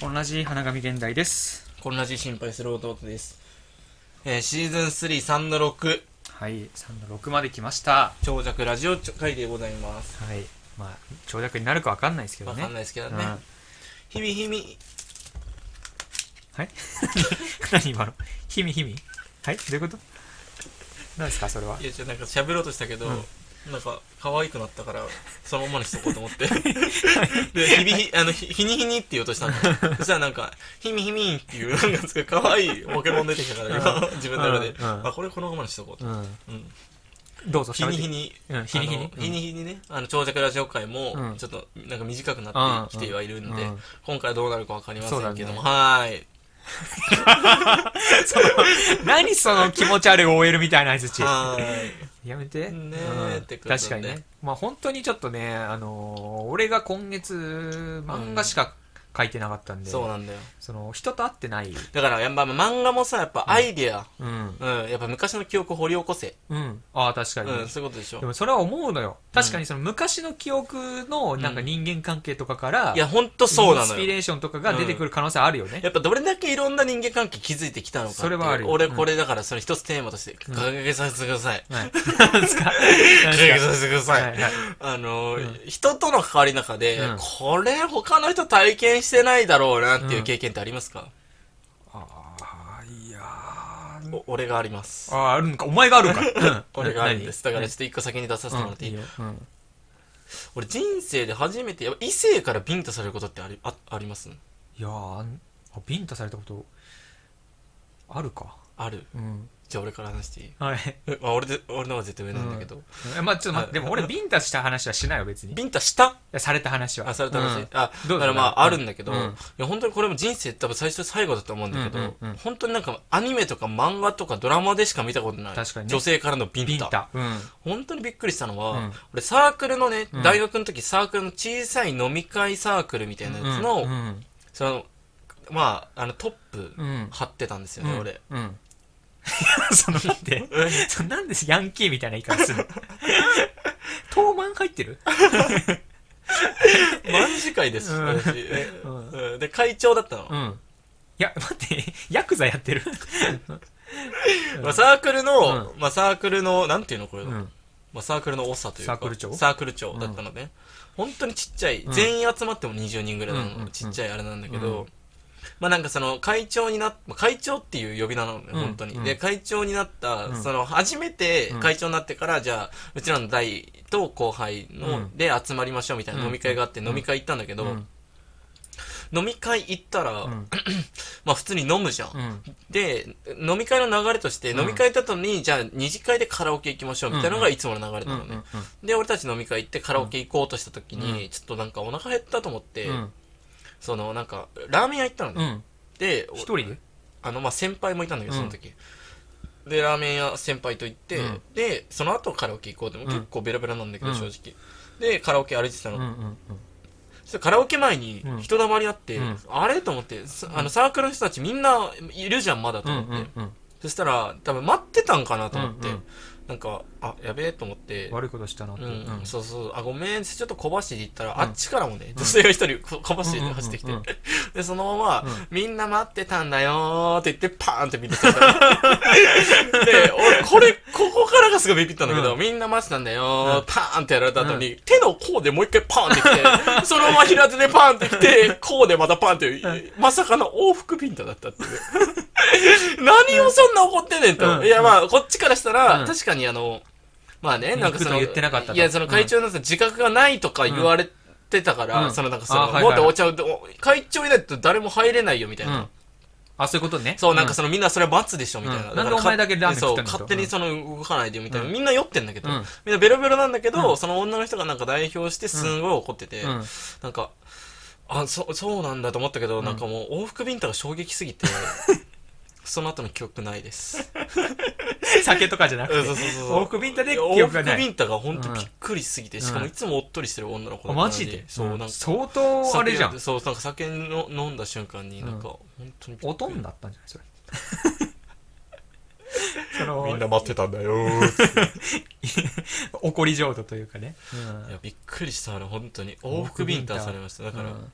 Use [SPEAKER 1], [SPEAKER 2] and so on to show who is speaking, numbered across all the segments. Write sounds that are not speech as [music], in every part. [SPEAKER 1] 同じ花神現代です
[SPEAKER 2] こんなじ心配する弟です、えーシーズン33の6
[SPEAKER 1] はい3の6まで来ました
[SPEAKER 2] 長尺ラジオ会でございます
[SPEAKER 1] はいまあ長尺になるかわかんないですけど
[SPEAKER 2] わ
[SPEAKER 1] ね
[SPEAKER 2] かんないですけど
[SPEAKER 1] うん
[SPEAKER 2] ね、日々日々
[SPEAKER 1] はい [laughs] 何今のひみひみはいどういうこと何ですかそれはい
[SPEAKER 2] やじゃあなんか喋ろうとしたけど、なんか可愛くなったからそのままにしとこうと思っ
[SPEAKER 1] [laughs]
[SPEAKER 2] てで日々ひあのひ日に日にって言おうとしたの
[SPEAKER 1] [laughs]
[SPEAKER 2] そしたらなんか「ひみひみ」っていうなんかすごい可愛いポケモン出てきたから今自分の中で、
[SPEAKER 1] うんうん
[SPEAKER 2] あこれこのままにしとこうと、
[SPEAKER 1] うん
[SPEAKER 2] うん
[SPEAKER 1] どうぞ
[SPEAKER 2] 日
[SPEAKER 1] 喋っ
[SPEAKER 2] に
[SPEAKER 1] て
[SPEAKER 2] 日に
[SPEAKER 1] うん日に日に
[SPEAKER 2] あの日に日にねあの長尺ラジオ会も
[SPEAKER 1] うん
[SPEAKER 2] ちょっとなんか短くなってきてはいるんで、
[SPEAKER 1] うんうん
[SPEAKER 2] 今回どうなるかわかりませんけども、
[SPEAKER 1] そうだね
[SPEAKER 2] はー
[SPEAKER 1] [laughs]
[SPEAKER 2] い
[SPEAKER 1] 何その気持ち悪い OL みたいな相づち
[SPEAKER 2] はーい
[SPEAKER 1] やめて。
[SPEAKER 2] ねえってことで
[SPEAKER 1] 確かにね。まあ本当にちょっとね、あのー俺が今月漫画しか書いてなかったんで、
[SPEAKER 2] そうなんだよ
[SPEAKER 1] その人と会ってない。
[SPEAKER 2] だからやっぱ漫画もさやっぱアイデア、
[SPEAKER 1] うん。
[SPEAKER 2] うんやっぱ昔の記憶を掘り起こせ、
[SPEAKER 1] うん。ああ、確かに。
[SPEAKER 2] うん、そういうことでしょ
[SPEAKER 1] でもそれは思うのよ。確かにその昔の記憶のなんか人間関係とかから、
[SPEAKER 2] いや、ほんとそうな
[SPEAKER 1] インス
[SPEAKER 2] の
[SPEAKER 1] ピ
[SPEAKER 2] よ。
[SPEAKER 1] レーションとかが出てくる可能性あるよね。
[SPEAKER 2] やっぱどれだけいろんな人間関係築いてきたのかっていう
[SPEAKER 1] それはあるよ
[SPEAKER 2] 俺
[SPEAKER 1] うん
[SPEAKER 2] これだからそれ一つテーマとして掲げさせてください。 [laughs]
[SPEAKER 1] はい。何ですか
[SPEAKER 2] 掲げさせてくだ
[SPEAKER 1] は
[SPEAKER 2] さ
[SPEAKER 1] い
[SPEAKER 2] い。
[SPEAKER 1] はい
[SPEAKER 2] あのー、人との関わりの中で
[SPEAKER 1] うん、
[SPEAKER 2] これ他の人体験してないだろうなっていううん経験ってありますか
[SPEAKER 1] あーいやー
[SPEAKER 2] お俺があります。
[SPEAKER 1] あー、あるのか。お前があるのか。うん
[SPEAKER 2] 俺があるんです。だから
[SPEAKER 1] 何
[SPEAKER 2] ちょっと一個先に出させてもらってい
[SPEAKER 1] う
[SPEAKER 2] い、
[SPEAKER 1] んいいようん
[SPEAKER 2] 俺人生で初めて、やっぱ異性からビンタされることってありああります
[SPEAKER 1] いやーあんあビンタされたことあるか
[SPEAKER 2] ある
[SPEAKER 1] うん
[SPEAKER 2] じゃあ俺から話していい
[SPEAKER 1] はい
[SPEAKER 2] えまあ俺で、俺の方が絶対上なんだけど。
[SPEAKER 1] えまあちょっと待ってでも俺ビンタした話はしないよ別にい
[SPEAKER 2] ビンタした
[SPEAKER 1] やされた話は
[SPEAKER 2] あ、されたらし
[SPEAKER 1] う
[SPEAKER 2] い。
[SPEAKER 1] ん
[SPEAKER 2] あ、
[SPEAKER 1] どう
[SPEAKER 2] だからまあ、あるんだけど、
[SPEAKER 1] うん
[SPEAKER 2] いや、本当にこれも人生多分最初で最後だと思うんだけど、
[SPEAKER 1] うんうんうん
[SPEAKER 2] 本当になんかアニメとか漫画とかドラマでしか見たことない。
[SPEAKER 1] 確かにね
[SPEAKER 2] 女性からのビンタ。
[SPEAKER 1] ビンタうん
[SPEAKER 2] 本当にびっくりしたのは、
[SPEAKER 1] うん
[SPEAKER 2] 俺サークルのね、
[SPEAKER 1] うん
[SPEAKER 2] 大学の時サークルの小さい飲み会サークルみたいなやつの、
[SPEAKER 1] うん
[SPEAKER 2] その、まあ、あのトップ
[SPEAKER 1] うん
[SPEAKER 2] 貼ってたんですよね、
[SPEAKER 1] うん
[SPEAKER 2] 俺。
[SPEAKER 1] うん [laughs] そのなんでそのなんでヤンキーみたいな言い方 [laughs] するの当番入ってる
[SPEAKER 2] 満次会です、
[SPEAKER 1] うん
[SPEAKER 2] 私、
[SPEAKER 1] うん
[SPEAKER 2] うんで、会長だったの。
[SPEAKER 1] うんいや待ってヤクザやってる
[SPEAKER 2] まあ、サークルの、
[SPEAKER 1] う
[SPEAKER 2] まあ、サークルの、なんていうのこれ、
[SPEAKER 1] うん
[SPEAKER 2] まあ、サークルの長というか
[SPEAKER 1] サークル長
[SPEAKER 2] サークル長だったので、本当にちっちゃい、
[SPEAKER 1] うん
[SPEAKER 2] 全員集まっても20人ぐらいなの、
[SPEAKER 1] うんうんうん
[SPEAKER 2] ちっちゃいあれなんだけ
[SPEAKER 1] う
[SPEAKER 2] ど、
[SPEAKER 1] ん
[SPEAKER 2] まあなんかその会長になっ、まあ会長っていう呼び名なのね、
[SPEAKER 1] うん
[SPEAKER 2] 本当に、
[SPEAKER 1] うん
[SPEAKER 2] で会長になった、
[SPEAKER 1] うん
[SPEAKER 2] その初めて
[SPEAKER 1] うん
[SPEAKER 2] 会長になってから、じゃあうちらの代と後輩の、
[SPEAKER 1] うん
[SPEAKER 2] で集まりましょうみたいな飲み会があって、
[SPEAKER 1] うん
[SPEAKER 2] 飲み会行ったんだけど、
[SPEAKER 1] うん
[SPEAKER 2] 飲み会行ったら、
[SPEAKER 1] うん
[SPEAKER 2] まあ普通に飲むじゃん、
[SPEAKER 1] うん
[SPEAKER 2] で飲み会の流れとして
[SPEAKER 1] うん
[SPEAKER 2] 飲み会だったのに、じゃあ二次会でカラオケ行きましょうみたいなのがいつもの流れなのね、で、俺たち飲み会行ってカラオケ行こうとした時に、ちょっとなんかお腹減ったと思って、
[SPEAKER 1] うん
[SPEAKER 2] そのなんか、ラーメン屋行ったの
[SPEAKER 1] う
[SPEAKER 2] ね。
[SPEAKER 1] ん
[SPEAKER 2] で、お
[SPEAKER 1] 一人で
[SPEAKER 2] あの、まあ、先輩もいたんだけど、
[SPEAKER 1] うん
[SPEAKER 2] その時。で、ラーメン屋先輩と行って、
[SPEAKER 1] うん
[SPEAKER 2] で、その後カラオケ行こうでも
[SPEAKER 1] うん
[SPEAKER 2] 結構ベラベラなんだけど、
[SPEAKER 1] うん
[SPEAKER 2] 正直。で、カラオケ歩いてた
[SPEAKER 1] う
[SPEAKER 2] の。
[SPEAKER 1] んうんうん
[SPEAKER 2] そしたらカラオケ前に
[SPEAKER 1] うん
[SPEAKER 2] 人だまりあって、
[SPEAKER 1] うん
[SPEAKER 2] あれと思って、そあの、サークルの人たちみんないるじゃん、まだと思って。
[SPEAKER 1] うんうん
[SPEAKER 2] そしたら、多分待ってたんかなと思って、
[SPEAKER 1] うんうん
[SPEAKER 2] なんか、あ、やべえと思って
[SPEAKER 1] うん、悪いことしたなって、
[SPEAKER 2] うん、そうそう、あ、ごめん、ちょっと小走り行ったら、
[SPEAKER 1] うん
[SPEAKER 2] あっちからもね、女性が一人こ小走りで走ってきて
[SPEAKER 1] うんうんうん、
[SPEAKER 2] で、そのまま、
[SPEAKER 1] うん
[SPEAKER 2] みんな待ってたんだよーって言って、パーンってみんな刺さ
[SPEAKER 1] [laughs]
[SPEAKER 2] れたで、俺、これ、ここからがすごいビビったんだけど、
[SPEAKER 1] う
[SPEAKER 2] みんな待ってたんだよー、パーンってやられた後に、手の甲でもう一回パーンって
[SPEAKER 1] [laughs]
[SPEAKER 2] きて、そのまま平手でパーンってきて、甲でまたパーンって、まさかの往復ビンタだったって
[SPEAKER 1] [laughs]
[SPEAKER 2] いう。何をそんな怒ってんねんと。
[SPEAKER 1] うん
[SPEAKER 2] いや、まあ、こっちからしたら、
[SPEAKER 1] うん
[SPEAKER 2] 確かにあの、まあね、
[SPEAKER 1] ん
[SPEAKER 2] なんか
[SPEAKER 1] 行く
[SPEAKER 2] そ
[SPEAKER 1] と
[SPEAKER 2] の、
[SPEAKER 1] 言ってなかったと
[SPEAKER 2] いや、その会長のさ、自覚がないとか言われてたか
[SPEAKER 1] う
[SPEAKER 2] ら、
[SPEAKER 1] ん
[SPEAKER 2] そのなんかそ
[SPEAKER 1] あ
[SPEAKER 2] の、
[SPEAKER 1] はい
[SPEAKER 2] も
[SPEAKER 1] は
[SPEAKER 2] っ
[SPEAKER 1] いはい
[SPEAKER 2] とお茶を、お会長いないと誰も入れないよみたいうな。
[SPEAKER 1] んあそういうことね
[SPEAKER 2] そう、なんか
[SPEAKER 1] そ
[SPEAKER 2] そのみんなそれは待つでしょみたいな。
[SPEAKER 1] うん
[SPEAKER 2] だから
[SPEAKER 1] なんでお前だけラーメン食ってんの
[SPEAKER 2] そう、勝手にその動かないでよみたいな。
[SPEAKER 1] うん
[SPEAKER 2] みんな酔ってんだけど、
[SPEAKER 1] うん
[SPEAKER 2] みんなベロベロなんだけど、
[SPEAKER 1] う
[SPEAKER 2] その女の人がなんか代表してすんごい怒ってて、
[SPEAKER 1] うん
[SPEAKER 2] なんか、あ、そう、そうなんだと思ったけど、
[SPEAKER 1] ん
[SPEAKER 2] なんかもう往復ビンタが衝撃すぎ
[SPEAKER 1] [laughs]
[SPEAKER 2] て、その後の記憶ないです。
[SPEAKER 1] [laughs] 酒とかじゃなくて
[SPEAKER 2] うんそうそうそう
[SPEAKER 1] 往復ビンタで記憶がな
[SPEAKER 2] 往復ビ
[SPEAKER 1] い
[SPEAKER 2] ンタが本当びっくりしすぎて、しかもいつもおっとりしてる女
[SPEAKER 1] あ
[SPEAKER 2] の子だったの
[SPEAKER 1] マ
[SPEAKER 2] に
[SPEAKER 1] ジで
[SPEAKER 2] そう、なんか。
[SPEAKER 1] 相当あれじゃん
[SPEAKER 2] 酒そうなんか酒の飲んだ瞬間になんか、本当にびっくり
[SPEAKER 1] おとんだったんじゃないそれその
[SPEAKER 2] みんな待ってたんだよーって
[SPEAKER 1] 怒り浄土というかね、うん [laughs]
[SPEAKER 2] いやびっくりしたあれ本当に往復ビンタされましただから、
[SPEAKER 1] うん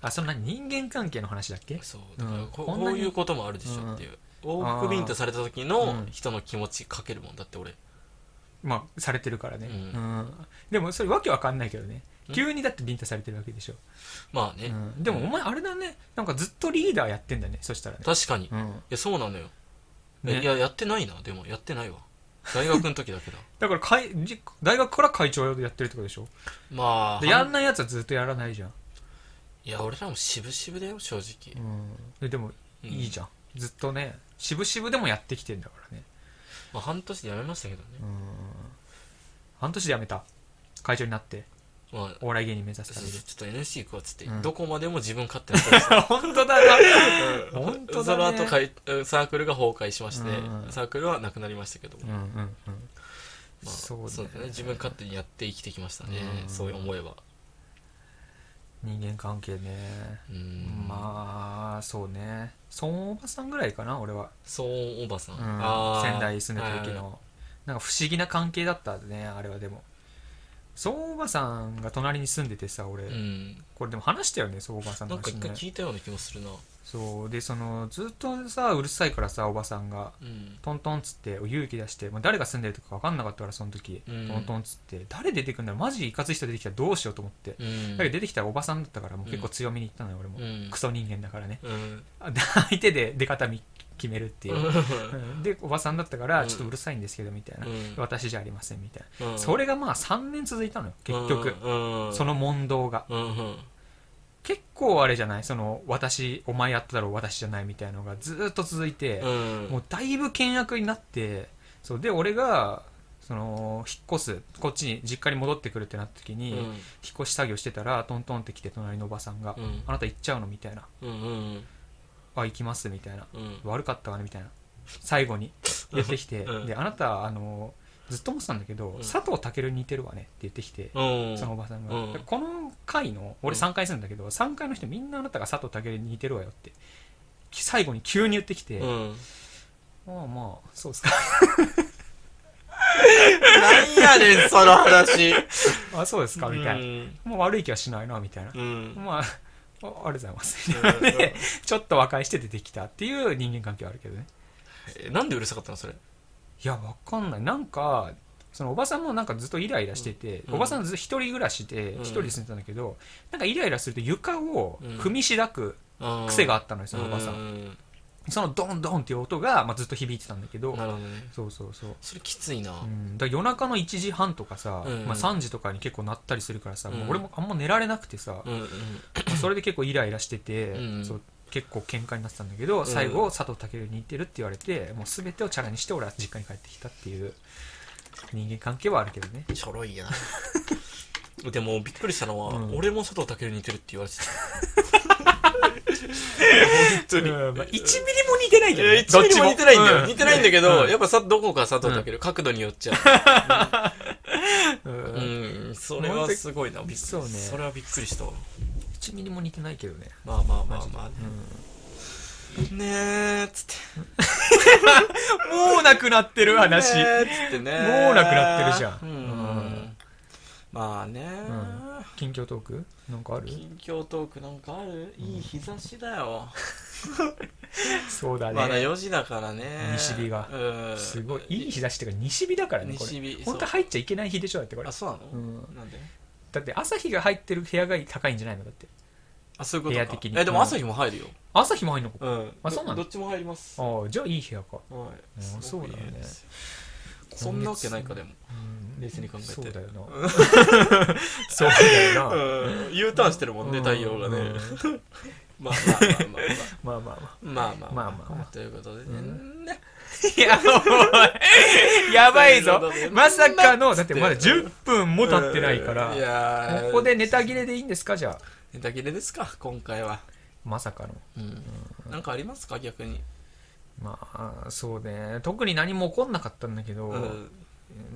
[SPEAKER 1] あそんな人間関係の話だっけ
[SPEAKER 2] そうだか
[SPEAKER 1] う
[SPEAKER 2] らこ,、
[SPEAKER 1] んこん
[SPEAKER 2] こ
[SPEAKER 1] なに
[SPEAKER 2] ういうこともあるでしょっていう、往復ビンタされた時の人の気持ちかけるもんだって俺
[SPEAKER 1] まあされてるからね、
[SPEAKER 2] う
[SPEAKER 1] うん
[SPEAKER 2] ん
[SPEAKER 1] でもそれわけわかんないけどね
[SPEAKER 2] うん
[SPEAKER 1] 急にだってビンタされてるわけでしょ、
[SPEAKER 2] まあ
[SPEAKER 1] う
[SPEAKER 2] ね、
[SPEAKER 1] ん、でもお前あれだねなんかずっとリーダーやってんだねそしたらね
[SPEAKER 2] 確かに、い
[SPEAKER 1] うん
[SPEAKER 2] やそうなのよ、
[SPEAKER 1] ね
[SPEAKER 2] いややってないなでもやってないわ大学の時
[SPEAKER 1] [laughs]
[SPEAKER 2] だけだ
[SPEAKER 1] だからかいじ大学から会長やってるってことでしょ
[SPEAKER 2] まあ
[SPEAKER 1] でやんないやつはずっとやらないじゃん、
[SPEAKER 2] いや俺らも渋々だよ正直、
[SPEAKER 1] ででも
[SPEAKER 2] うん
[SPEAKER 1] いいじゃん、ずっとね渋々でもやってきてんだからね、
[SPEAKER 2] まあ、半年でやめましたけどね、
[SPEAKER 1] 半年で辞めた会長になって
[SPEAKER 2] まあ
[SPEAKER 1] お笑い芸人目指す
[SPEAKER 2] そ
[SPEAKER 1] た
[SPEAKER 2] う
[SPEAKER 1] め [laughs]
[SPEAKER 2] そうちょっと NSC 行こうっつって、
[SPEAKER 1] うん
[SPEAKER 2] どこまでも自分勝手なことして
[SPEAKER 1] に本当だな [laughs] 本当
[SPEAKER 2] その
[SPEAKER 1] だ
[SPEAKER 2] 後
[SPEAKER 1] ね
[SPEAKER 2] かいサークルが崩壊しまして、
[SPEAKER 1] うん
[SPEAKER 2] サークルはなくなりましたけども、
[SPEAKER 1] うんうんうん
[SPEAKER 2] まあ、
[SPEAKER 1] そうだね
[SPEAKER 2] 自分勝手にやって生きてきましたね、
[SPEAKER 1] うん
[SPEAKER 2] そう思えば
[SPEAKER 1] 人間関係ね
[SPEAKER 2] うん
[SPEAKER 1] まあそうね孫おばさんぐらいかな俺は、
[SPEAKER 2] そうおばさん、
[SPEAKER 1] うん
[SPEAKER 2] あー
[SPEAKER 1] 仙台住んでた時
[SPEAKER 2] はいはいはい
[SPEAKER 1] のなんか不思議な関係だったねあれはでも孫おばさんが隣に住んでてさ俺、
[SPEAKER 2] うん、
[SPEAKER 1] これでも話したよね孫おばさん
[SPEAKER 2] な
[SPEAKER 1] の
[SPEAKER 2] んか
[SPEAKER 1] 話
[SPEAKER 2] 一
[SPEAKER 1] ね
[SPEAKER 2] 回聞いたような気もするな、
[SPEAKER 1] そうでそのずっとさうるさいからさおばさんが
[SPEAKER 2] うん、
[SPEAKER 1] トントンっつって勇気出して、まあ、誰が住んでるとか分かんなかったからその時、
[SPEAKER 2] うん
[SPEAKER 1] トントンっつって誰出てくんだろうマジいかつい人出てきたらどうしようと思って、
[SPEAKER 2] うん
[SPEAKER 1] だけど出てきたらおばさんだったからもう結構強めに言ったのよ、俺も、
[SPEAKER 2] うん
[SPEAKER 1] クソ人間だからね [laughs]
[SPEAKER 2] うん
[SPEAKER 1] あで相手で出方見決めるっていう、うんでおばさんだったから
[SPEAKER 2] うん
[SPEAKER 1] ちょっとうるさいんですけどみたいな、
[SPEAKER 2] う
[SPEAKER 1] 私じゃありませんみたいな、
[SPEAKER 2] ん
[SPEAKER 1] それがまあ3年続いたのよ結局、
[SPEAKER 2] うんうん
[SPEAKER 1] その問答が
[SPEAKER 2] うんうん
[SPEAKER 1] 結構あれじゃないその私お前やっただろう私じゃないみたいなのがずーっと続いて、
[SPEAKER 2] うん
[SPEAKER 1] もうだいぶ険悪になってそうで俺がその引っ越すこっちに実家に戻ってくるってなった時に、
[SPEAKER 2] うん
[SPEAKER 1] 引っ越し作業してたらトントンって来て隣のおばさんが「
[SPEAKER 2] うん
[SPEAKER 1] あなた行っちゃうの?」みたいな
[SPEAKER 2] うんうん
[SPEAKER 1] 「あ行きます」みたいな
[SPEAKER 2] うん
[SPEAKER 1] 「悪かったわね」みたいな最後に言ってきて、
[SPEAKER 2] うん
[SPEAKER 1] で「あなたあのずっと思ってたんだけど、
[SPEAKER 2] ん
[SPEAKER 1] 佐藤健似てるわね」って言ってきて、
[SPEAKER 2] うん
[SPEAKER 1] そのおばさんが、
[SPEAKER 2] うん
[SPEAKER 1] でこの回の俺
[SPEAKER 2] うん
[SPEAKER 1] 3回するんだけど、3回の人みんなあなたが佐藤健に似てるわよってき最後に急に言ってきて、
[SPEAKER 2] うん
[SPEAKER 1] まあまあそうですか [laughs]
[SPEAKER 2] なんやねんその話
[SPEAKER 1] あそうですかみたいな、
[SPEAKER 2] うん
[SPEAKER 1] もう悪い気はしないなみたいな、
[SPEAKER 2] うん
[SPEAKER 1] まああありがとうございますみ [laughs]
[SPEAKER 2] うん
[SPEAKER 1] たいなねちょっと和解して出てきたっていう人間関係はあるけどね
[SPEAKER 2] えなんでうるさかったのそれ
[SPEAKER 1] いやわかんないなんかそのおばさんもなんかずっとイライラしてて、
[SPEAKER 2] うん
[SPEAKER 1] おばさんずっと一人暮らしで
[SPEAKER 2] うん
[SPEAKER 1] 一人で住んでたんだけど、なんかイライラすると床を
[SPEAKER 2] うん
[SPEAKER 1] 踏みしだく癖があったのよ、そのおばさん、
[SPEAKER 2] うん
[SPEAKER 1] そのドンドンっていう音が、まあ、ずっと響いてたんだけど
[SPEAKER 2] なるほどね
[SPEAKER 1] そうそうそう
[SPEAKER 2] それきついな
[SPEAKER 1] うん、だから夜中の1時半とかさ、
[SPEAKER 2] うん
[SPEAKER 1] まあ、3時とかに結構鳴ったりするからさ、もう
[SPEAKER 2] うん
[SPEAKER 1] 俺もあんま寝られなくてさ、
[SPEAKER 2] うんうん
[SPEAKER 1] まあそれで結構イライラしてて、
[SPEAKER 2] うん
[SPEAKER 1] そう結構喧嘩になってたんだけど、
[SPEAKER 2] ん
[SPEAKER 1] 最後佐藤健に似てるって言われてもう全てをチャラにして俺は実家に帰ってきたっていう人間関係はあるけどね
[SPEAKER 2] ちょろいやなでもびっくりしたのは、
[SPEAKER 1] うん
[SPEAKER 2] 俺も佐藤健に似てるって言われてた本当に、
[SPEAKER 1] うんまあ、1ミリも似てない
[SPEAKER 2] い
[SPEAKER 1] けど、
[SPEAKER 2] や、
[SPEAKER 1] ね、
[SPEAKER 2] 一ミリも似てないんだよ。
[SPEAKER 1] どっちも
[SPEAKER 2] 似てないんだけど、
[SPEAKER 1] うん
[SPEAKER 2] やっぱさ、どこか佐藤健、角度によっちゃ。
[SPEAKER 1] うんうん
[SPEAKER 2] うん、それはすごいな。びっくり
[SPEAKER 1] そうね
[SPEAKER 2] それはびっくりしたわ。
[SPEAKER 1] 1ミリも似てないけどね、
[SPEAKER 2] まあまあまあまあね。ねえ、つって。
[SPEAKER 1] もうなくなってる話、
[SPEAKER 2] ねえつってね。
[SPEAKER 1] もうなくなってるじゃん
[SPEAKER 2] うん。まあね
[SPEAKER 1] ん近況トークなんかある
[SPEAKER 2] 近況トークなんかあるいい日差しだよ。
[SPEAKER 1] そうだね、
[SPEAKER 2] まだ4時だからね。
[SPEAKER 1] 西日が
[SPEAKER 2] うん。
[SPEAKER 1] すごいいい日差しっていうか西日だからねこ
[SPEAKER 2] 西日
[SPEAKER 1] れ
[SPEAKER 2] そう
[SPEAKER 1] 本当は入っちゃいけない日でしょだってこれ
[SPEAKER 2] あ、そうなの
[SPEAKER 1] うん
[SPEAKER 2] なんで
[SPEAKER 1] だって朝日が入ってる部屋が高いんじゃないのだって
[SPEAKER 2] あ、そういうこと
[SPEAKER 1] 部
[SPEAKER 2] か。
[SPEAKER 1] 屋的に
[SPEAKER 2] え、でも朝日も入るよ。
[SPEAKER 1] 朝日も入んのか
[SPEAKER 2] うん。
[SPEAKER 1] あそうなの
[SPEAKER 2] どっちも入ります。
[SPEAKER 1] ああじゃあいい部屋か
[SPEAKER 2] は
[SPEAKER 1] あ
[SPEAKER 2] い。
[SPEAKER 1] ー
[SPEAKER 2] すごく
[SPEAKER 1] そうだよね
[SPEAKER 2] いいですよそんなわけないかでも。
[SPEAKER 1] うん
[SPEAKER 2] 冷静に考えて
[SPEAKER 1] そうだよな [laughs] そうだよな、
[SPEAKER 2] うん、U ターンしてるもんね、
[SPEAKER 1] うん
[SPEAKER 2] 太陽がね
[SPEAKER 1] うん。
[SPEAKER 2] [laughs] ま
[SPEAKER 1] ま
[SPEAKER 2] あ
[SPEAKER 1] あまあま
[SPEAKER 2] まあまあまあまあ。ま
[SPEAKER 1] まあ
[SPEAKER 2] あ
[SPEAKER 1] まあまあ
[SPEAKER 2] ということで
[SPEAKER 1] ん
[SPEAKER 2] ね。
[SPEAKER 1] あいや
[SPEAKER 2] [laughs]
[SPEAKER 1] おいやばいぞ
[SPEAKER 2] そういうことで
[SPEAKER 1] まさかのだってまだ10分も経ってないから
[SPEAKER 2] いやー
[SPEAKER 1] ここでネタ切れでいいんですかじゃあ
[SPEAKER 2] ネタ切れですか、今回は。
[SPEAKER 1] まさかの
[SPEAKER 2] うん。なんかありますか、逆に。
[SPEAKER 1] まあそうね特に何も起こんなかったんだけど、
[SPEAKER 2] うん。 [laughs]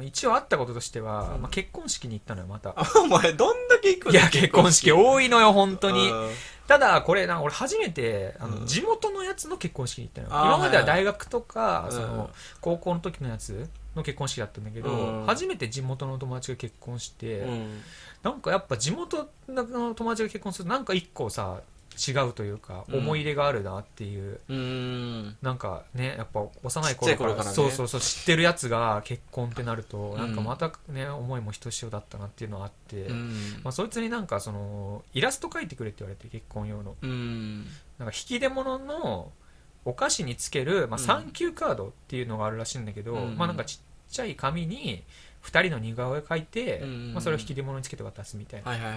[SPEAKER 1] 一応あったこととしては、
[SPEAKER 2] うん
[SPEAKER 1] まあ、結婚式に行ったのよまた
[SPEAKER 2] あお前、どんだけ行くの
[SPEAKER 1] いや結婚式多いのよ本当に
[SPEAKER 2] うん
[SPEAKER 1] ただこれな俺初めてあの、
[SPEAKER 2] うん
[SPEAKER 1] 地元のやつの結婚式に行ったのよ
[SPEAKER 2] あー
[SPEAKER 1] 今までは
[SPEAKER 2] はいは
[SPEAKER 1] 大学とか、
[SPEAKER 2] うん
[SPEAKER 1] その高校の時のやつの結婚式だったんだけど、
[SPEAKER 2] うん
[SPEAKER 1] 初めて地元の友達が結婚して、
[SPEAKER 2] うん
[SPEAKER 1] なんかやっぱ地元の友達が結婚するとなんか一個さ違うというか
[SPEAKER 2] うん
[SPEAKER 1] 思い入れがあるなっていう、
[SPEAKER 2] うん
[SPEAKER 1] なんかねやっぱ幼い
[SPEAKER 2] ちっちゃ
[SPEAKER 1] 頃
[SPEAKER 2] い頃からね
[SPEAKER 1] そうそうそう知ってるやつが結婚ってなると、
[SPEAKER 2] ん
[SPEAKER 1] なんかまたね思いもひとしおだったなっていうのはあって、
[SPEAKER 2] うん
[SPEAKER 1] まあ、そいつになんかそのイラスト描いてくれって言われて結婚用の
[SPEAKER 2] うん
[SPEAKER 1] なんか引き出物のお菓子につける、まあ、
[SPEAKER 2] うん
[SPEAKER 1] 産休カードっていうのがあるらしいんだけど、
[SPEAKER 2] うん
[SPEAKER 1] まあなんかちっちゃい紙に2人の似顔絵描いて、
[SPEAKER 2] うん
[SPEAKER 1] まあ、それを引き出物につけて渡すみたいな、
[SPEAKER 2] はいはいは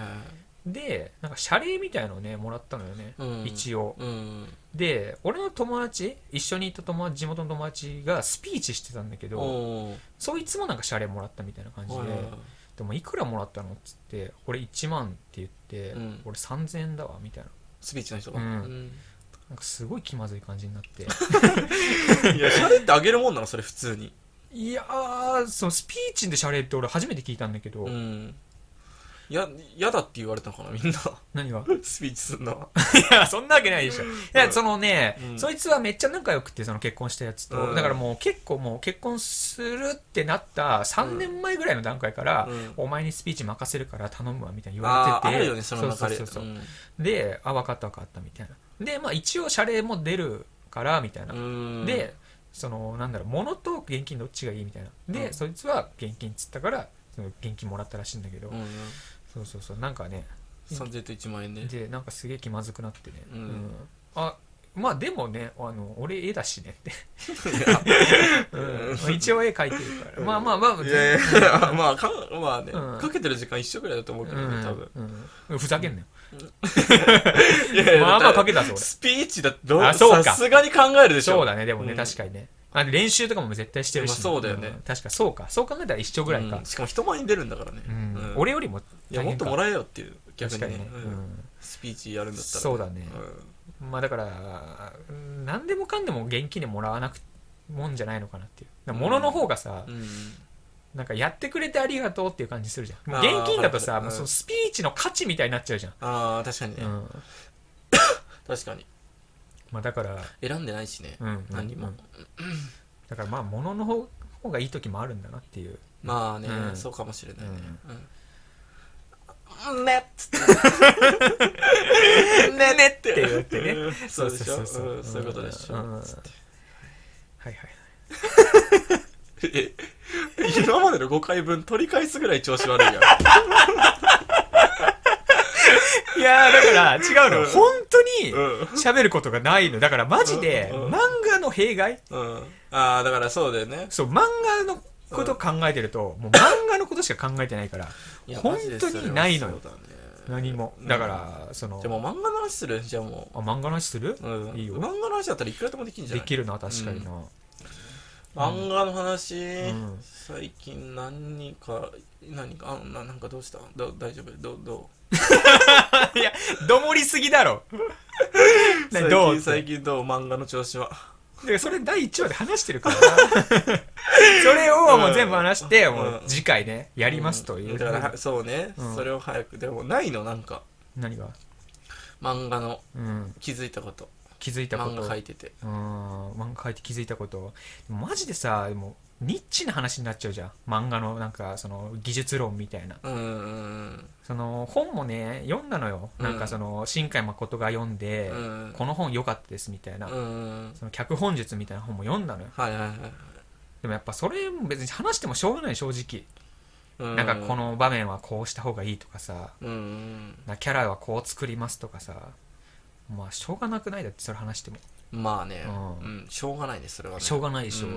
[SPEAKER 1] でなんか謝礼みたいのをねもらったのよね、
[SPEAKER 2] いうん
[SPEAKER 1] 一応
[SPEAKER 2] うん
[SPEAKER 1] で俺の友達一緒に行った友達地元の友達がスピーチしてたんだけど
[SPEAKER 2] おー
[SPEAKER 1] そいつもなんか謝礼もらったみたいな感じで
[SPEAKER 2] はいはい
[SPEAKER 1] でもいくらもらったのっつって俺1万って言って、
[SPEAKER 2] うん
[SPEAKER 1] 俺3000円だわみたいな
[SPEAKER 2] スピーチの人が
[SPEAKER 1] う
[SPEAKER 2] うんん
[SPEAKER 1] なんかすごい気まずい感じになって
[SPEAKER 2] いや謝礼ってあげるもんなのそれ普通に
[SPEAKER 1] いやーそのスピーチで謝礼って俺初めて聞いたんだけど、
[SPEAKER 2] うんや嫌だって言われたのかな [laughs] みんな
[SPEAKER 1] 何が
[SPEAKER 2] スピーチすんのはい
[SPEAKER 1] やそんなわけ [laughs] ないでしょいやそのね、
[SPEAKER 2] うん
[SPEAKER 1] そいつはめっちゃ仲良くてその結婚したやつと、
[SPEAKER 2] うん
[SPEAKER 1] だからもう結構もう結婚するってなった3年前ぐらいの段階から、
[SPEAKER 2] うん
[SPEAKER 1] お前にスピーチ任せるから頼むわみたいに言わ
[SPEAKER 2] あ
[SPEAKER 1] れてて
[SPEAKER 2] ーあるよねその流れ
[SPEAKER 1] そうそうそうそう、であ分かった分かったみたいなでまあ一応謝礼も出るからみたいな、
[SPEAKER 2] うん
[SPEAKER 1] でそのなんだろう物と現金どっちがいいみたいなで、
[SPEAKER 2] うん
[SPEAKER 1] そいつは現金っつったからその現金もらったらしいんだけど、
[SPEAKER 2] うんうん
[SPEAKER 1] そうそうそうなんかね
[SPEAKER 2] 3000と1万円で
[SPEAKER 1] でなんかすげえ気まずくなってね、
[SPEAKER 2] うん
[SPEAKER 1] あまあでもねあの俺絵だしねって
[SPEAKER 2] [laughs]
[SPEAKER 1] うん一応絵描いてるから、まあまあまあ、
[SPEAKER 2] いやいやまあかまあね、
[SPEAKER 1] うん
[SPEAKER 2] かけてる時間一緒ぐらいだと思うけどね多分、
[SPEAKER 1] うんうんふざけんなよ、
[SPEAKER 2] いやいや
[SPEAKER 1] まあまあ
[SPEAKER 2] だ
[SPEAKER 1] か
[SPEAKER 2] って
[SPEAKER 1] けたぞ俺
[SPEAKER 2] スピーチだってどう
[SPEAKER 1] あそうか
[SPEAKER 2] さすがに考えるでしょ
[SPEAKER 1] そうだねでもね、
[SPEAKER 2] うん
[SPEAKER 1] 確かにねあの練習とかも絶対してるし、
[SPEAKER 2] まあそうだよね
[SPEAKER 1] ん確かそうかそう考えたら一緒ぐらいか
[SPEAKER 2] うん、しかも人前に出るんだからね、
[SPEAKER 1] うん
[SPEAKER 2] うん
[SPEAKER 1] 俺よりも
[SPEAKER 2] いやもっともらえよっていう逆
[SPEAKER 1] 確か
[SPEAKER 2] にね
[SPEAKER 1] にね、
[SPEAKER 2] うんスピーチやるんだったら
[SPEAKER 1] そうだね
[SPEAKER 2] う
[SPEAKER 1] うんまあだからうん何でもかんでも現金でもらわなくもんじゃないのかなっていうだから物の方がさ、
[SPEAKER 2] んうん
[SPEAKER 1] なんかやってくれてありがとうっていう感じするじゃんもう
[SPEAKER 2] あー
[SPEAKER 1] 現金だとさ
[SPEAKER 2] わかる
[SPEAKER 1] もうそのスピーチの価値みたいになっちゃうじゃん、
[SPEAKER 2] ああ確かに
[SPEAKER 1] う
[SPEAKER 2] ね、
[SPEAKER 1] ん
[SPEAKER 2] 確かに
[SPEAKER 1] まあ、だから、
[SPEAKER 2] 選んでないしね、
[SPEAKER 1] うんうん
[SPEAKER 2] 何も、
[SPEAKER 1] うんだからまあ物の方方がいい時もあるんだなっていう
[SPEAKER 2] まあね、
[SPEAKER 1] うん
[SPEAKER 2] そうかもしれないね、うんねっつってねねって
[SPEAKER 1] って言ってね
[SPEAKER 2] うんそうでし
[SPEAKER 1] そううそ
[SPEAKER 2] ょ
[SPEAKER 1] うそう
[SPEAKER 2] うんそういうことでし
[SPEAKER 1] うん
[SPEAKER 2] ょつって
[SPEAKER 1] はいはい
[SPEAKER 2] え今までの5回分取り返すぐらい調子悪いやん
[SPEAKER 1] いやーだから違うのよ
[SPEAKER 2] うん
[SPEAKER 1] 本当に
[SPEAKER 2] うん
[SPEAKER 1] 喋ることがないのだからマジで
[SPEAKER 2] うんうん
[SPEAKER 1] 漫画の弊害
[SPEAKER 2] うん、ああだからそうだよね
[SPEAKER 1] そう漫画のこと考えてるともう漫画のことしか考えてないから
[SPEAKER 2] いや
[SPEAKER 1] 本当にないのよ
[SPEAKER 2] マジでそれはそうだね
[SPEAKER 1] 何も
[SPEAKER 2] うん
[SPEAKER 1] だからその
[SPEAKER 2] じゃあもう漫画の話するじゃあも
[SPEAKER 1] あ漫画の話する
[SPEAKER 2] う、うん、
[SPEAKER 1] いいよ
[SPEAKER 2] 漫画の話だったらいくらでもできるんじゃ
[SPEAKER 1] で
[SPEAKER 2] ない
[SPEAKER 1] きるな確かにな
[SPEAKER 2] 漫画の話、
[SPEAKER 1] ん
[SPEAKER 2] 最近何か何かあななんかどうしたど大丈夫どうど
[SPEAKER 1] いやどもりすぎだ [laughs] ろ [laughs]
[SPEAKER 2] う
[SPEAKER 1] などうっ
[SPEAKER 2] 最
[SPEAKER 1] て
[SPEAKER 2] 近最近どう漫画の調子は
[SPEAKER 1] だからそれ第1話で話してるから
[SPEAKER 2] [laughs]
[SPEAKER 1] なそれをもう全部話して、
[SPEAKER 2] うん
[SPEAKER 1] もう次回ねやりますという、
[SPEAKER 2] んだから [laughs] はそうね、
[SPEAKER 1] うん
[SPEAKER 2] それを早くでもないのなんか
[SPEAKER 1] 何が、
[SPEAKER 2] 漫画の
[SPEAKER 1] うん、
[SPEAKER 2] 気づいたこと
[SPEAKER 1] 気づいたこと
[SPEAKER 2] 漫画書いてて
[SPEAKER 1] うーん漫画描いて気づいたことでもマジでさでもニッチな話になっちゃうじゃん漫画のなんかその技術論みたいな
[SPEAKER 2] うんうん
[SPEAKER 1] その本もね読んだのよ、
[SPEAKER 2] うん
[SPEAKER 1] なんかその新海誠が読んで、
[SPEAKER 2] うん
[SPEAKER 1] この本良かったですみたいな、
[SPEAKER 2] うんうん
[SPEAKER 1] その脚本術みたいな本も読んだのよ
[SPEAKER 2] はいはいはい
[SPEAKER 1] でもやっぱそれも別に話してもしょうがない正直、
[SPEAKER 2] う
[SPEAKER 1] なんかこの場面はこうした方がいいとかさ
[SPEAKER 2] うんうん
[SPEAKER 1] なキャラはこう作りますとかさまあしょうがなくないだってそれ話しても
[SPEAKER 2] まあね、
[SPEAKER 1] うん
[SPEAKER 2] うん、しょうがないねそれはね
[SPEAKER 1] しょうがないでしょ、
[SPEAKER 2] うん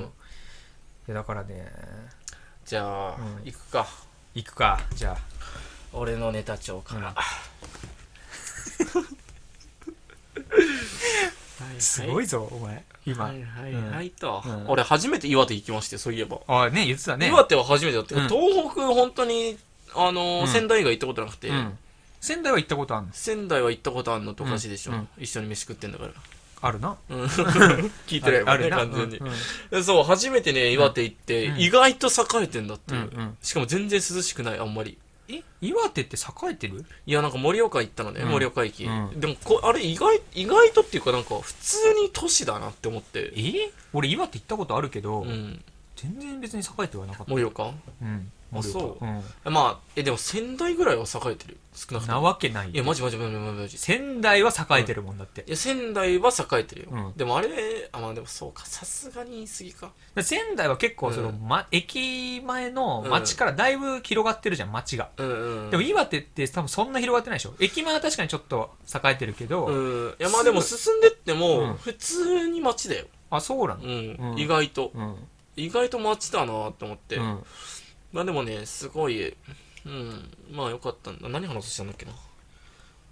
[SPEAKER 1] いやだからね
[SPEAKER 2] じゃあ、
[SPEAKER 1] うん
[SPEAKER 2] 行くか
[SPEAKER 1] 行くかじゃあ
[SPEAKER 2] 俺のネタ帳から、
[SPEAKER 1] うん
[SPEAKER 2] は
[SPEAKER 1] [laughs] すご
[SPEAKER 2] い
[SPEAKER 1] いぞ、お前、今。
[SPEAKER 2] はいはいはいと、
[SPEAKER 1] うん
[SPEAKER 2] 俺初めて岩手行きましてそういえば、
[SPEAKER 1] あ、ね、言ってたね。
[SPEAKER 2] 岩手は初めてだって、
[SPEAKER 1] うん
[SPEAKER 2] 東北本当にあのー
[SPEAKER 1] うん
[SPEAKER 2] 仙台以外行ったことなくて、
[SPEAKER 1] うん。仙台は行ったことあるんです。
[SPEAKER 2] 仙台は行ったことあんのっておかしいでしょ、
[SPEAKER 1] うんうん
[SPEAKER 2] 一緒に飯食ってんだから
[SPEAKER 1] あるな。
[SPEAKER 2] うん [laughs] 聞いてない
[SPEAKER 1] あ
[SPEAKER 2] もん
[SPEAKER 1] る
[SPEAKER 2] ね
[SPEAKER 1] な
[SPEAKER 2] 完全に、
[SPEAKER 1] うんうん
[SPEAKER 2] でそう初めてね岩手行って、
[SPEAKER 1] うん
[SPEAKER 2] 意外と栄えてんだっていう、
[SPEAKER 1] うんうん
[SPEAKER 2] しかも全然涼しくないあんまり
[SPEAKER 1] え、岩手って栄えてる
[SPEAKER 2] いやなんか盛岡行ったのね
[SPEAKER 1] うん
[SPEAKER 2] 盛岡駅、
[SPEAKER 1] うん
[SPEAKER 2] でもこあれ意外意外とっていうかなんか普通に都市だなって思って
[SPEAKER 1] え俺、岩手行ったことあるけど、
[SPEAKER 2] うん
[SPEAKER 1] 全然別に栄えてはなかった
[SPEAKER 2] 盛岡
[SPEAKER 1] うん
[SPEAKER 2] あそう
[SPEAKER 1] うん
[SPEAKER 2] まあえでも仙台ぐらいは栄えてる少なくと
[SPEAKER 1] な
[SPEAKER 2] も
[SPEAKER 1] わけない
[SPEAKER 2] いやマジマジマジマジマジ
[SPEAKER 1] 仙台は栄えてるもんだって、
[SPEAKER 2] いや仙台は栄えてるよ、
[SPEAKER 1] うん
[SPEAKER 2] でもあれあまあでもそうかさすがに言い過ぎか
[SPEAKER 1] 仙台は結構その、
[SPEAKER 2] うん
[SPEAKER 1] ま、駅前の町からだいぶ広がってるじゃん町が、
[SPEAKER 2] うんうん
[SPEAKER 1] でも岩手って多分そんな広がってないでしょ駅前は確かにちょっと栄えてるけど、
[SPEAKER 2] うんいやまあでも進んでって
[SPEAKER 1] うん
[SPEAKER 2] も普通に街だよ、
[SPEAKER 1] あそうなの
[SPEAKER 2] うん
[SPEAKER 1] うん
[SPEAKER 2] 意外と
[SPEAKER 1] うん、
[SPEAKER 2] 意外と街だなと思って、
[SPEAKER 1] うん、
[SPEAKER 2] まあでもねすごいうんまあよかったんだ何話したんだっけな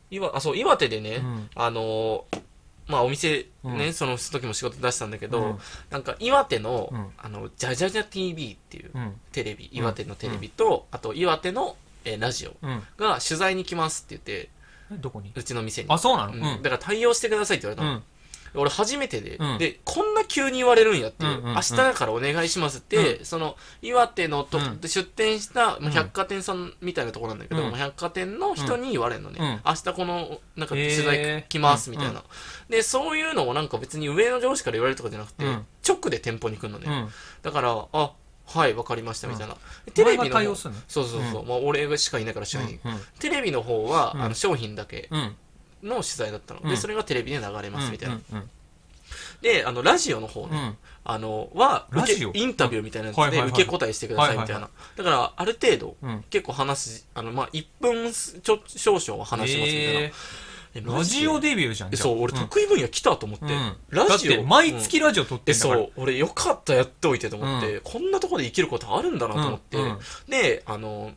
[SPEAKER 2] 岩あそう岩手でね、
[SPEAKER 1] うん
[SPEAKER 2] あのーまあお店ね、
[SPEAKER 1] うん
[SPEAKER 2] その時も仕事出したんだけど、
[SPEAKER 1] うん
[SPEAKER 2] なんか岩手の、
[SPEAKER 1] うん
[SPEAKER 2] あのジャジャジャ TV っていう
[SPEAKER 1] うん
[SPEAKER 2] テレビ、岩手のテレビと、あと岩手の、えーラジオ
[SPEAKER 1] うん
[SPEAKER 2] が取材に来ますって言って
[SPEAKER 1] えどこに
[SPEAKER 2] うちの店に
[SPEAKER 1] あそうなの
[SPEAKER 2] う
[SPEAKER 1] うんん
[SPEAKER 2] だから対応してくださいって言われ
[SPEAKER 1] う
[SPEAKER 2] たの、
[SPEAKER 1] ん
[SPEAKER 2] 俺初めてで、
[SPEAKER 1] うん
[SPEAKER 2] でこんな急に言われるんやっていう、
[SPEAKER 1] うんうんうん
[SPEAKER 2] 明日だからお願いしますって、その岩手のと、
[SPEAKER 1] うん
[SPEAKER 2] 出店した、ま
[SPEAKER 1] う
[SPEAKER 2] あ、
[SPEAKER 1] ん
[SPEAKER 2] 百貨店さんみたいなところなんだけど、
[SPEAKER 1] うん
[SPEAKER 2] まあ百貨店の人に言われるのね、
[SPEAKER 1] うん
[SPEAKER 2] 明日このなんか
[SPEAKER 1] へ
[SPEAKER 2] 取
[SPEAKER 1] ー
[SPEAKER 2] 材来ますみたいな、
[SPEAKER 1] うんう
[SPEAKER 2] でそういうのをなんか別に上の上司から言われるとかじゃなくて、
[SPEAKER 1] うん
[SPEAKER 2] 直で店舗に来るのね、
[SPEAKER 1] うん
[SPEAKER 2] だからあはいわかりましたみたいな、
[SPEAKER 1] テ
[SPEAKER 2] テレ
[SPEAKER 1] レ
[SPEAKER 2] ビの
[SPEAKER 1] ビ
[SPEAKER 2] 方
[SPEAKER 1] 対応するの
[SPEAKER 2] そうそうそう、まあ、俺しかいないから知らない、
[SPEAKER 1] うん
[SPEAKER 2] テレビの方は、
[SPEAKER 1] うん
[SPEAKER 2] あの商品だけ
[SPEAKER 1] うんうん
[SPEAKER 2] の取材だったの、
[SPEAKER 1] う
[SPEAKER 2] で
[SPEAKER 1] ん
[SPEAKER 2] それがテレビで流れますみたいな、
[SPEAKER 1] うんうん
[SPEAKER 2] であのラジオの方ね、
[SPEAKER 1] うん
[SPEAKER 2] あのは
[SPEAKER 1] ラジオ
[SPEAKER 2] 受けインタビューみたいなやつ
[SPEAKER 1] はいはい
[SPEAKER 2] で
[SPEAKER 1] はい
[SPEAKER 2] 受け答えしてくださいみたいな、
[SPEAKER 1] はい
[SPEAKER 2] だからある程度
[SPEAKER 1] うん
[SPEAKER 2] 結構話あのまあ1分ちょ少々は話しますみたいな、
[SPEAKER 1] え
[SPEAKER 2] え
[SPEAKER 1] ーラジオデビューじゃん
[SPEAKER 2] え
[SPEAKER 1] じゃあ
[SPEAKER 2] そう俺
[SPEAKER 1] ん
[SPEAKER 2] 得意分野来たと思って、
[SPEAKER 1] うん
[SPEAKER 2] ラジオ
[SPEAKER 1] だって毎月ラジオ撮って
[SPEAKER 2] え
[SPEAKER 1] んだか
[SPEAKER 2] そ
[SPEAKER 1] ら
[SPEAKER 2] う俺よかったやっておいてと思って、
[SPEAKER 1] う
[SPEAKER 2] こんなところで生きることあるんだなと思って、
[SPEAKER 1] うんうん
[SPEAKER 2] であの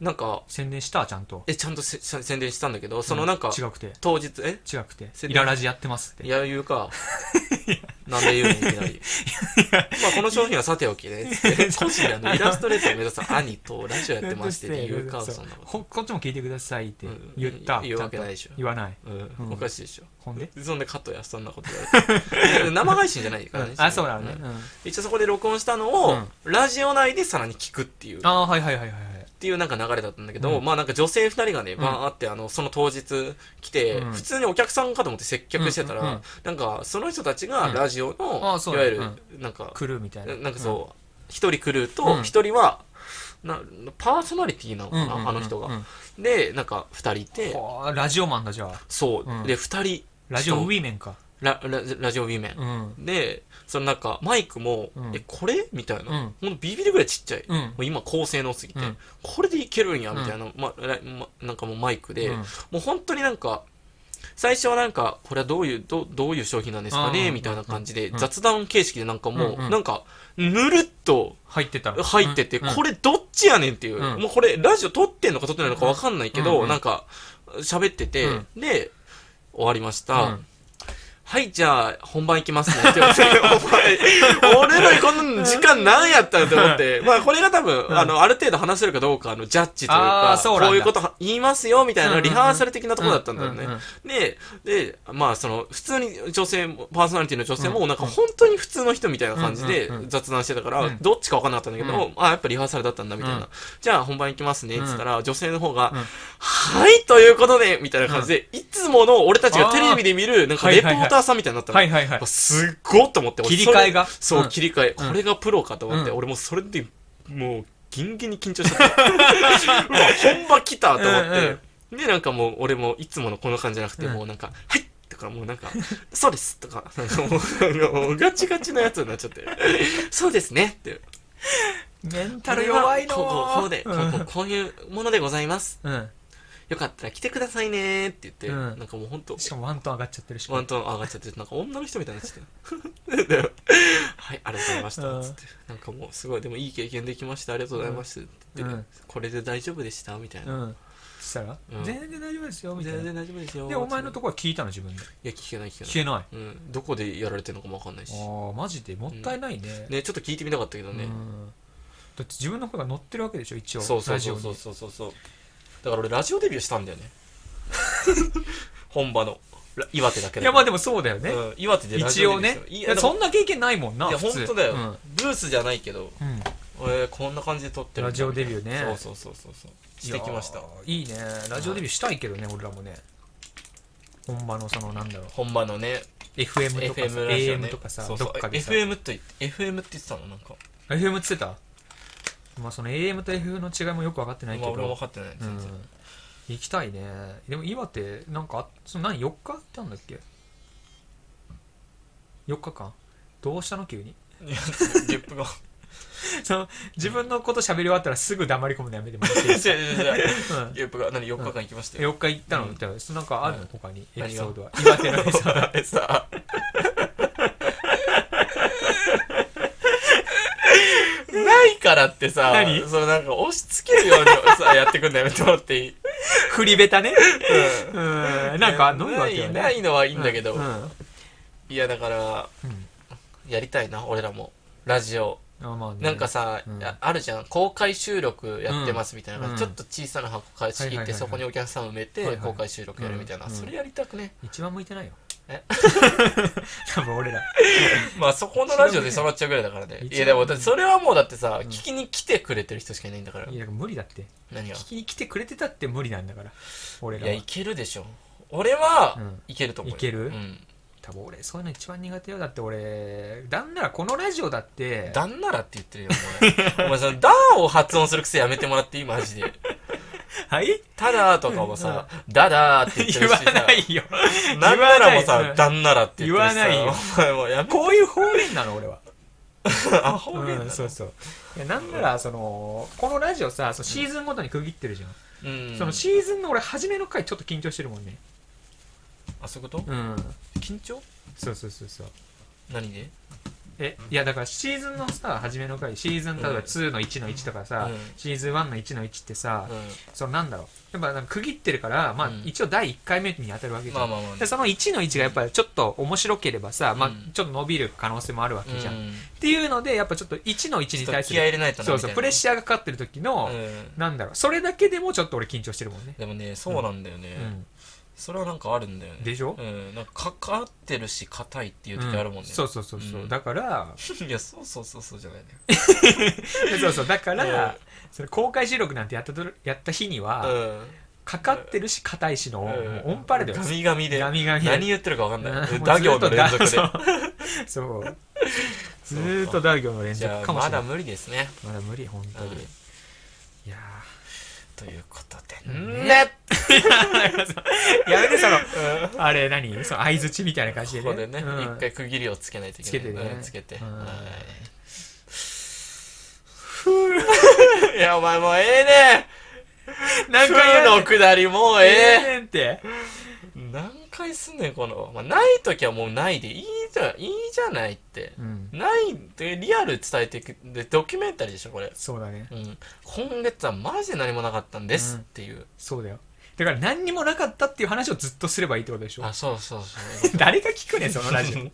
[SPEAKER 2] なんか
[SPEAKER 1] 宣伝したちゃんと
[SPEAKER 2] えちゃんとせせ宣伝したんだけどそのなんか、
[SPEAKER 1] 違くて
[SPEAKER 2] 当日え
[SPEAKER 1] 違くて
[SPEAKER 2] 宣伝
[SPEAKER 1] イララジやってますって
[SPEAKER 2] いや言うかなんで言うねんいきなりまあこの商品はさておきねつって個人であ
[SPEAKER 1] [laughs]
[SPEAKER 2] のイラストレーターを目指す兄とラジオやってましてって言うか
[SPEAKER 1] そう
[SPEAKER 2] そんなこと
[SPEAKER 1] ほこっちも聞いてくださいって
[SPEAKER 2] うん
[SPEAKER 1] 言った
[SPEAKER 2] 言うわけないでしょ
[SPEAKER 1] 言わない
[SPEAKER 2] うん、
[SPEAKER 1] うん
[SPEAKER 2] おかしいでしょ
[SPEAKER 1] ほんで
[SPEAKER 2] そんで加藤やそんなこと言わ
[SPEAKER 1] [laughs]
[SPEAKER 2] れて生配信じゃないからね、
[SPEAKER 1] あそうなのね
[SPEAKER 2] ん
[SPEAKER 1] うん
[SPEAKER 2] 一応そこで録音したのを、
[SPEAKER 1] うん
[SPEAKER 2] ラジオ内でさらに聞くっていう
[SPEAKER 1] あーはいはいはいはいはい
[SPEAKER 2] っていうなんか流れだったんだけど、
[SPEAKER 1] うん
[SPEAKER 2] まあなんか女性2人がね、
[SPEAKER 1] ん
[SPEAKER 2] バーってあの、その当日来て、
[SPEAKER 1] うん
[SPEAKER 2] 普通にお客さんかと思って接客してたら、
[SPEAKER 1] うんうんうん
[SPEAKER 2] なんかその人たちがラジ
[SPEAKER 1] う
[SPEAKER 2] オ
[SPEAKER 1] んあ
[SPEAKER 2] の
[SPEAKER 1] あ、そう
[SPEAKER 2] い
[SPEAKER 1] だ
[SPEAKER 2] わ
[SPEAKER 1] ね
[SPEAKER 2] ゆる、なんか、
[SPEAKER 1] 来るみたいな
[SPEAKER 2] なんかそう、一人来る
[SPEAKER 1] う
[SPEAKER 2] と、
[SPEAKER 1] ん
[SPEAKER 2] 一人は、なパーソナリティなの
[SPEAKER 1] うん
[SPEAKER 2] か
[SPEAKER 1] うんうん
[SPEAKER 2] な、
[SPEAKER 1] うん
[SPEAKER 2] あの人が。で、なんか二人いて、
[SPEAKER 1] ほーラジオマンだじゃあ
[SPEAKER 2] そう、
[SPEAKER 1] うん
[SPEAKER 2] で、二人、
[SPEAKER 1] ラジオウ
[SPEAKER 2] し
[SPEAKER 1] ィメンか
[SPEAKER 2] かもラララジオウィメン
[SPEAKER 1] う。ん
[SPEAKER 2] で、そのなんか、マイクも、
[SPEAKER 1] うん
[SPEAKER 2] え、これみたいな。
[SPEAKER 1] うん
[SPEAKER 2] ほんとビビるぐらいちっちゃい。
[SPEAKER 1] うん
[SPEAKER 2] もう今高性能すぎて、
[SPEAKER 1] うん
[SPEAKER 2] これでいけるんやみたいな、まらまなんかもうマイクで、
[SPEAKER 1] うん
[SPEAKER 2] もう本当になんか最初はなんかこれはどういうどうどういう商品なんですか
[SPEAKER 1] うんうん
[SPEAKER 2] ね
[SPEAKER 1] うん
[SPEAKER 2] みたいな感じで、
[SPEAKER 1] うん
[SPEAKER 2] 雑談形式でなんかもう、
[SPEAKER 1] うんうん
[SPEAKER 2] なんかぬるっと
[SPEAKER 1] 入ってた
[SPEAKER 2] 入ってて、こ
[SPEAKER 1] れ
[SPEAKER 2] れどっちやねんっていう、
[SPEAKER 1] うん
[SPEAKER 2] もうこれラジオ撮ってんのか撮ってないのかわかんないけど、
[SPEAKER 1] うんうん
[SPEAKER 2] なんか喋ってて、
[SPEAKER 1] う
[SPEAKER 2] で終わりました、
[SPEAKER 1] うん
[SPEAKER 2] はい、じゃあ、本番行きますねって言われて、 [laughs] お前、俺のこの時間何やったんって思って、まあ、これが多分、
[SPEAKER 1] ん
[SPEAKER 2] あの、ある程度話せるかどうかのジャッジという
[SPEAKER 1] あー
[SPEAKER 2] か、
[SPEAKER 1] そうなんだ
[SPEAKER 2] こういうこと言いますよ、みたい
[SPEAKER 1] うんうん
[SPEAKER 2] な
[SPEAKER 1] うん
[SPEAKER 2] リハーサル的なところだったんだよね
[SPEAKER 1] ううう。
[SPEAKER 2] で、で、まあ、その、普通に女性も、パーソナリティの女性も、なんか本当に普通の人みたいな感じで
[SPEAKER 1] うんうんうん
[SPEAKER 2] 雑談してたか
[SPEAKER 1] う
[SPEAKER 2] ら
[SPEAKER 1] ん、。
[SPEAKER 2] どっちか分かんなかったんだけど、あ、やっぱリハーサルだったんだ、みたいうなんじゃあ、本番行きますね、っつったら、女性の方が
[SPEAKER 1] うん、
[SPEAKER 2] はい、ということで、みたいな感じで、いつもの俺たちがテレビで見る、なんか
[SPEAKER 1] はい
[SPEAKER 2] レ
[SPEAKER 1] は
[SPEAKER 2] ポ
[SPEAKER 1] いはい
[SPEAKER 2] ーターさんみたいになったの
[SPEAKER 1] は。いはいはい
[SPEAKER 2] あすっごっと思って俺
[SPEAKER 1] 切り替えが
[SPEAKER 2] それそううん切り替え
[SPEAKER 1] うん
[SPEAKER 2] これがプロかと思って
[SPEAKER 1] うん
[SPEAKER 2] 俺もうそれでもうギンギンに緊張しちゃってうわ本場来たと思ってでなんかもう俺もいつものこの感じじゃなくて
[SPEAKER 1] うん
[SPEAKER 2] もうなんか「はい!」とかもうなんか「そうです」とかなんかもうあのガチガチのやつになっちゃって「そうですね」って
[SPEAKER 1] メン
[SPEAKER 2] 「
[SPEAKER 1] タル弱いの
[SPEAKER 2] こうこうこうでこ
[SPEAKER 1] う
[SPEAKER 2] うこうんこういうものでございます
[SPEAKER 1] うん
[SPEAKER 2] よかったら来てくださいね」って言って
[SPEAKER 1] うん
[SPEAKER 2] なんかもう本当
[SPEAKER 1] しかもワントーン上がっちゃってるし
[SPEAKER 2] ワントーン上がっちゃって、なんか女の人みたいになっちゃって。で [laughs] はい、ありがとうございまし
[SPEAKER 1] う
[SPEAKER 2] た。
[SPEAKER 1] ん
[SPEAKER 2] つって。なんかもう、すごい、でもいい経験できました。ありがとうございます。って言って
[SPEAKER 1] うん
[SPEAKER 2] これで大丈夫でしたみたいな。
[SPEAKER 1] うんそしたら
[SPEAKER 2] うん
[SPEAKER 1] 全然大丈夫ですよみたい
[SPEAKER 2] 全
[SPEAKER 1] な
[SPEAKER 2] 然大丈夫ですよ。
[SPEAKER 1] でお前の
[SPEAKER 2] い
[SPEAKER 1] とこは聞いたの自分で
[SPEAKER 2] や、聞けない、聞
[SPEAKER 1] 聞
[SPEAKER 2] け
[SPEAKER 1] けない
[SPEAKER 2] ない。うん。どこでやられてるのかもわかんないし。
[SPEAKER 1] ああマジでもったいないね
[SPEAKER 2] ね、ちょっと聞いてみたかったけど
[SPEAKER 1] うん
[SPEAKER 2] ね。
[SPEAKER 1] だって自分の声が乗ってるわけでしょ一応
[SPEAKER 2] そうそう
[SPEAKER 1] ラジ
[SPEAKER 2] そ
[SPEAKER 1] オ
[SPEAKER 2] う
[SPEAKER 1] に
[SPEAKER 2] そうそうそうそう。だから俺、ラジオデビューしたんだよね。 [laughs] 本場の。ら岩手だけ
[SPEAKER 1] いやまあで
[SPEAKER 2] も
[SPEAKER 1] もそうだよね
[SPEAKER 2] 岩手でラジ
[SPEAKER 1] 一
[SPEAKER 2] オ
[SPEAKER 1] 応
[SPEAKER 2] デビュ
[SPEAKER 1] ね
[SPEAKER 2] ーしたい
[SPEAKER 1] い
[SPEAKER 2] や、
[SPEAKER 1] や
[SPEAKER 2] でも
[SPEAKER 1] そんな経験ないもんない
[SPEAKER 2] や、
[SPEAKER 1] 普
[SPEAKER 2] 本
[SPEAKER 1] 通
[SPEAKER 2] 当だよ
[SPEAKER 1] うん。
[SPEAKER 2] ブースじゃないけど。
[SPEAKER 1] うん
[SPEAKER 2] えー、こんな感じで撮ってるんだ
[SPEAKER 1] ラジオデビューね
[SPEAKER 2] そうそうそうそうそうしてきました
[SPEAKER 1] いやーいいねラジオデビューしたいけどね俺らもね本場のそのなんだろう
[SPEAKER 2] 本場のね
[SPEAKER 1] FM とかさ
[SPEAKER 2] FM ラジオ、ね、
[SPEAKER 1] AM とかさ
[SPEAKER 2] そ
[SPEAKER 1] ど
[SPEAKER 2] うそう
[SPEAKER 1] っかでさ
[SPEAKER 2] FM って言って FM って言ってたのなんか
[SPEAKER 1] FM っつってたまあその AM と FM の違いもよく分かってないけ
[SPEAKER 2] まあ、
[SPEAKER 1] ど、
[SPEAKER 2] 俺も分かってない、
[SPEAKER 1] うん
[SPEAKER 2] 全然。
[SPEAKER 1] 行きたいねでも岩手なんかあその何4日行ったんだっけ4日間どうしたの急に [laughs]
[SPEAKER 2] いや、ゲップが。
[SPEAKER 1] その自分のこと喋り終わったらすぐ黙り込むのやめてもら
[SPEAKER 2] [laughs]
[SPEAKER 1] っていい
[SPEAKER 2] 違う違う違う。
[SPEAKER 1] うん
[SPEAKER 2] ゲップが、何、4日間行きましたよ。
[SPEAKER 1] 4日行ったの
[SPEAKER 2] うん
[SPEAKER 1] って、そのなんかあるの、
[SPEAKER 2] うん
[SPEAKER 1] 他にエ
[SPEAKER 2] 何が
[SPEAKER 1] ピソードは岩手のエピ
[SPEAKER 2] [laughs]
[SPEAKER 1] ソード
[SPEAKER 2] え、さ。ないからってさ、
[SPEAKER 1] 何
[SPEAKER 2] そのなんか押し付けるようにさ、やってくんだよ、と思っていい。
[SPEAKER 1] 振り下手ね
[SPEAKER 2] う
[SPEAKER 1] うんなんかあんの岩
[SPEAKER 2] な
[SPEAKER 1] 手はね
[SPEAKER 2] い、ないのはいいんだけど。
[SPEAKER 1] うんうん
[SPEAKER 2] いや、だから、やりたいな、俺らも。ラジオ。
[SPEAKER 1] あまあね
[SPEAKER 2] なんかさ、
[SPEAKER 1] うん
[SPEAKER 2] ああるじゃん公開収録やってますみたいな、
[SPEAKER 1] うん
[SPEAKER 2] ちょっと小さな箱貸し切
[SPEAKER 1] はいはいはい
[SPEAKER 2] って
[SPEAKER 1] はい
[SPEAKER 2] そこにお客さん埋め
[SPEAKER 1] はい
[SPEAKER 2] て
[SPEAKER 1] はい
[SPEAKER 2] 公開収録やるみたいな、
[SPEAKER 1] うん
[SPEAKER 2] それやりたくね、
[SPEAKER 1] 一番向いてないよ
[SPEAKER 2] え
[SPEAKER 1] [laughs] 多分俺ら
[SPEAKER 2] まあそこのラジオで揃っちゃうぐらいだからねいやでもだってそれはもうだってさ、
[SPEAKER 1] うん
[SPEAKER 2] 聞きに来てくれてる人しかいないんだから
[SPEAKER 1] いや無理だって
[SPEAKER 2] 何が
[SPEAKER 1] 聞きに来てくれてたって無理なんだから俺
[SPEAKER 2] い
[SPEAKER 1] ら
[SPEAKER 2] や
[SPEAKER 1] はい
[SPEAKER 2] けるでしょ俺は、
[SPEAKER 1] うん
[SPEAKER 2] いけると思うよ
[SPEAKER 1] いける
[SPEAKER 2] うん、
[SPEAKER 1] 多分俺そういうの一番苦手よだって俺なんならこのラジオだって
[SPEAKER 2] だんならって言ってるよ
[SPEAKER 1] [laughs]
[SPEAKER 2] お前お前その「だ」を発音する癖やめてもらっていいマジで
[SPEAKER 1] はい
[SPEAKER 2] 「ただ」とかもさ「だだ」って言って
[SPEAKER 1] 言
[SPEAKER 2] るし
[SPEAKER 1] わ
[SPEAKER 2] さ
[SPEAKER 1] ないよ
[SPEAKER 2] [laughs] なんな
[SPEAKER 1] 言わ
[SPEAKER 2] らも
[SPEAKER 1] ない
[SPEAKER 2] さ、だんならって言ってるし
[SPEAKER 1] 言わ
[SPEAKER 2] さ
[SPEAKER 1] ないよ
[SPEAKER 2] お前もうやめ
[SPEAKER 1] こういう方言なの俺は
[SPEAKER 2] あ、 [laughs] 方言だ
[SPEAKER 1] うん
[SPEAKER 2] な
[SPEAKER 1] そうそういやなんならそのこのラジオさそのシーズンごとに区切ってるじゃん、
[SPEAKER 2] うん。
[SPEAKER 1] そのシーズンの俺初めの回ちょっと緊張してるもんね
[SPEAKER 2] あ、そういうこと
[SPEAKER 1] うん
[SPEAKER 2] 緊張
[SPEAKER 1] そうそうそうそう
[SPEAKER 2] 何で
[SPEAKER 1] えいやだからシーズンのさ初めの回シーズン例えば2の1の1とかさ、
[SPEAKER 2] うん
[SPEAKER 1] シーズン1の1の1ってさ、
[SPEAKER 2] う
[SPEAKER 1] そのなんだろうやっぱなんか区切ってるから、まあ
[SPEAKER 2] うん
[SPEAKER 1] 一応第1回目に当たるわけ
[SPEAKER 2] ん。
[SPEAKER 1] じゃん、
[SPEAKER 2] まあまあまあね。
[SPEAKER 1] でその1の1がやっぱりちょっと面白ければさ、まあ
[SPEAKER 2] うん
[SPEAKER 1] ちょっと伸びる可能性もあるわ
[SPEAKER 2] う
[SPEAKER 1] け
[SPEAKER 2] ん
[SPEAKER 1] じゃん、っていうのでやっぱちょっと1の1に
[SPEAKER 2] ちょっ
[SPEAKER 1] 対
[SPEAKER 2] と
[SPEAKER 1] す
[SPEAKER 2] 気合い
[SPEAKER 1] る
[SPEAKER 2] 入れないとな。
[SPEAKER 1] そうそう
[SPEAKER 2] み
[SPEAKER 1] プレ
[SPEAKER 2] たい
[SPEAKER 1] ッ
[SPEAKER 2] な
[SPEAKER 1] シャーがかかってる時の、
[SPEAKER 2] うん
[SPEAKER 1] なんだろうそれだけでもちょっと俺緊張してるもんね、
[SPEAKER 2] でもね、そうなんだよね
[SPEAKER 1] う。ん、
[SPEAKER 2] それはなんかあるんだよね。
[SPEAKER 1] でしょ
[SPEAKER 2] うん。なんか、かかってるし、硬いっていう時あるもんね。
[SPEAKER 1] そうそうそうそう、
[SPEAKER 2] うん
[SPEAKER 1] だから
[SPEAKER 2] [laughs]
[SPEAKER 1] [laughs]
[SPEAKER 2] いや、そうそうそうそうじゃないね。
[SPEAKER 1] そうそうだから
[SPEAKER 2] うん
[SPEAKER 1] それ公開収録なんてやったとやった日には、
[SPEAKER 2] うん。
[SPEAKER 1] かかってるし硬いしの、
[SPEAKER 2] うん
[SPEAKER 1] もうオンパレだよ
[SPEAKER 2] ガミガミで。
[SPEAKER 1] ガミガミで
[SPEAKER 2] 何言ってるかわかんない。 [laughs]
[SPEAKER 1] うん
[SPEAKER 2] 打行の連
[SPEAKER 1] [laughs] もう
[SPEAKER 2] 続
[SPEAKER 1] ず
[SPEAKER 2] で
[SPEAKER 1] っ。
[SPEAKER 2] [laughs]
[SPEAKER 1] とだそうそうずーっと大行の連
[SPEAKER 2] じゃ
[SPEAKER 1] 続
[SPEAKER 2] あ、
[SPEAKER 1] かもし
[SPEAKER 2] ま
[SPEAKER 1] れな
[SPEAKER 2] だ
[SPEAKER 1] い
[SPEAKER 2] 無理ですね。
[SPEAKER 1] まだ無理本当に、い
[SPEAKER 2] うん
[SPEAKER 1] や
[SPEAKER 2] ということで。
[SPEAKER 1] ね
[SPEAKER 2] ね
[SPEAKER 1] ー [laughs] やめてそのあれ何その相づちみたいな感じで
[SPEAKER 2] こ
[SPEAKER 1] ね
[SPEAKER 2] こでね、一、
[SPEAKER 1] うん
[SPEAKER 2] 回区切りをつけないといけな
[SPEAKER 1] つ
[SPEAKER 2] い。
[SPEAKER 1] けてね
[SPEAKER 2] うんつけて。
[SPEAKER 1] うん
[SPEAKER 2] [laughs] はいいや、お前もうええね
[SPEAKER 1] 何
[SPEAKER 2] ふ
[SPEAKER 1] 回や
[SPEAKER 2] ー
[SPEAKER 1] る
[SPEAKER 2] のくだりもう
[SPEAKER 1] え
[SPEAKER 2] ええ。
[SPEAKER 1] えねんって
[SPEAKER 2] 何回すんねん、この。まあ、ないときはもうないでいいじゃ、いいじゃないって。
[SPEAKER 1] うん
[SPEAKER 2] ないって、リアル伝えていく。で、ドキュメンタリーでしょ、これ。
[SPEAKER 1] そうだね
[SPEAKER 2] うん。今月はマジで何もなかったんですっていう。
[SPEAKER 1] そうだよだから何にもなかったっていう話をずっとすればいいってことでしょ
[SPEAKER 2] あ、そうそうそう。
[SPEAKER 1] [laughs] 誰が聞くねんそのラジオ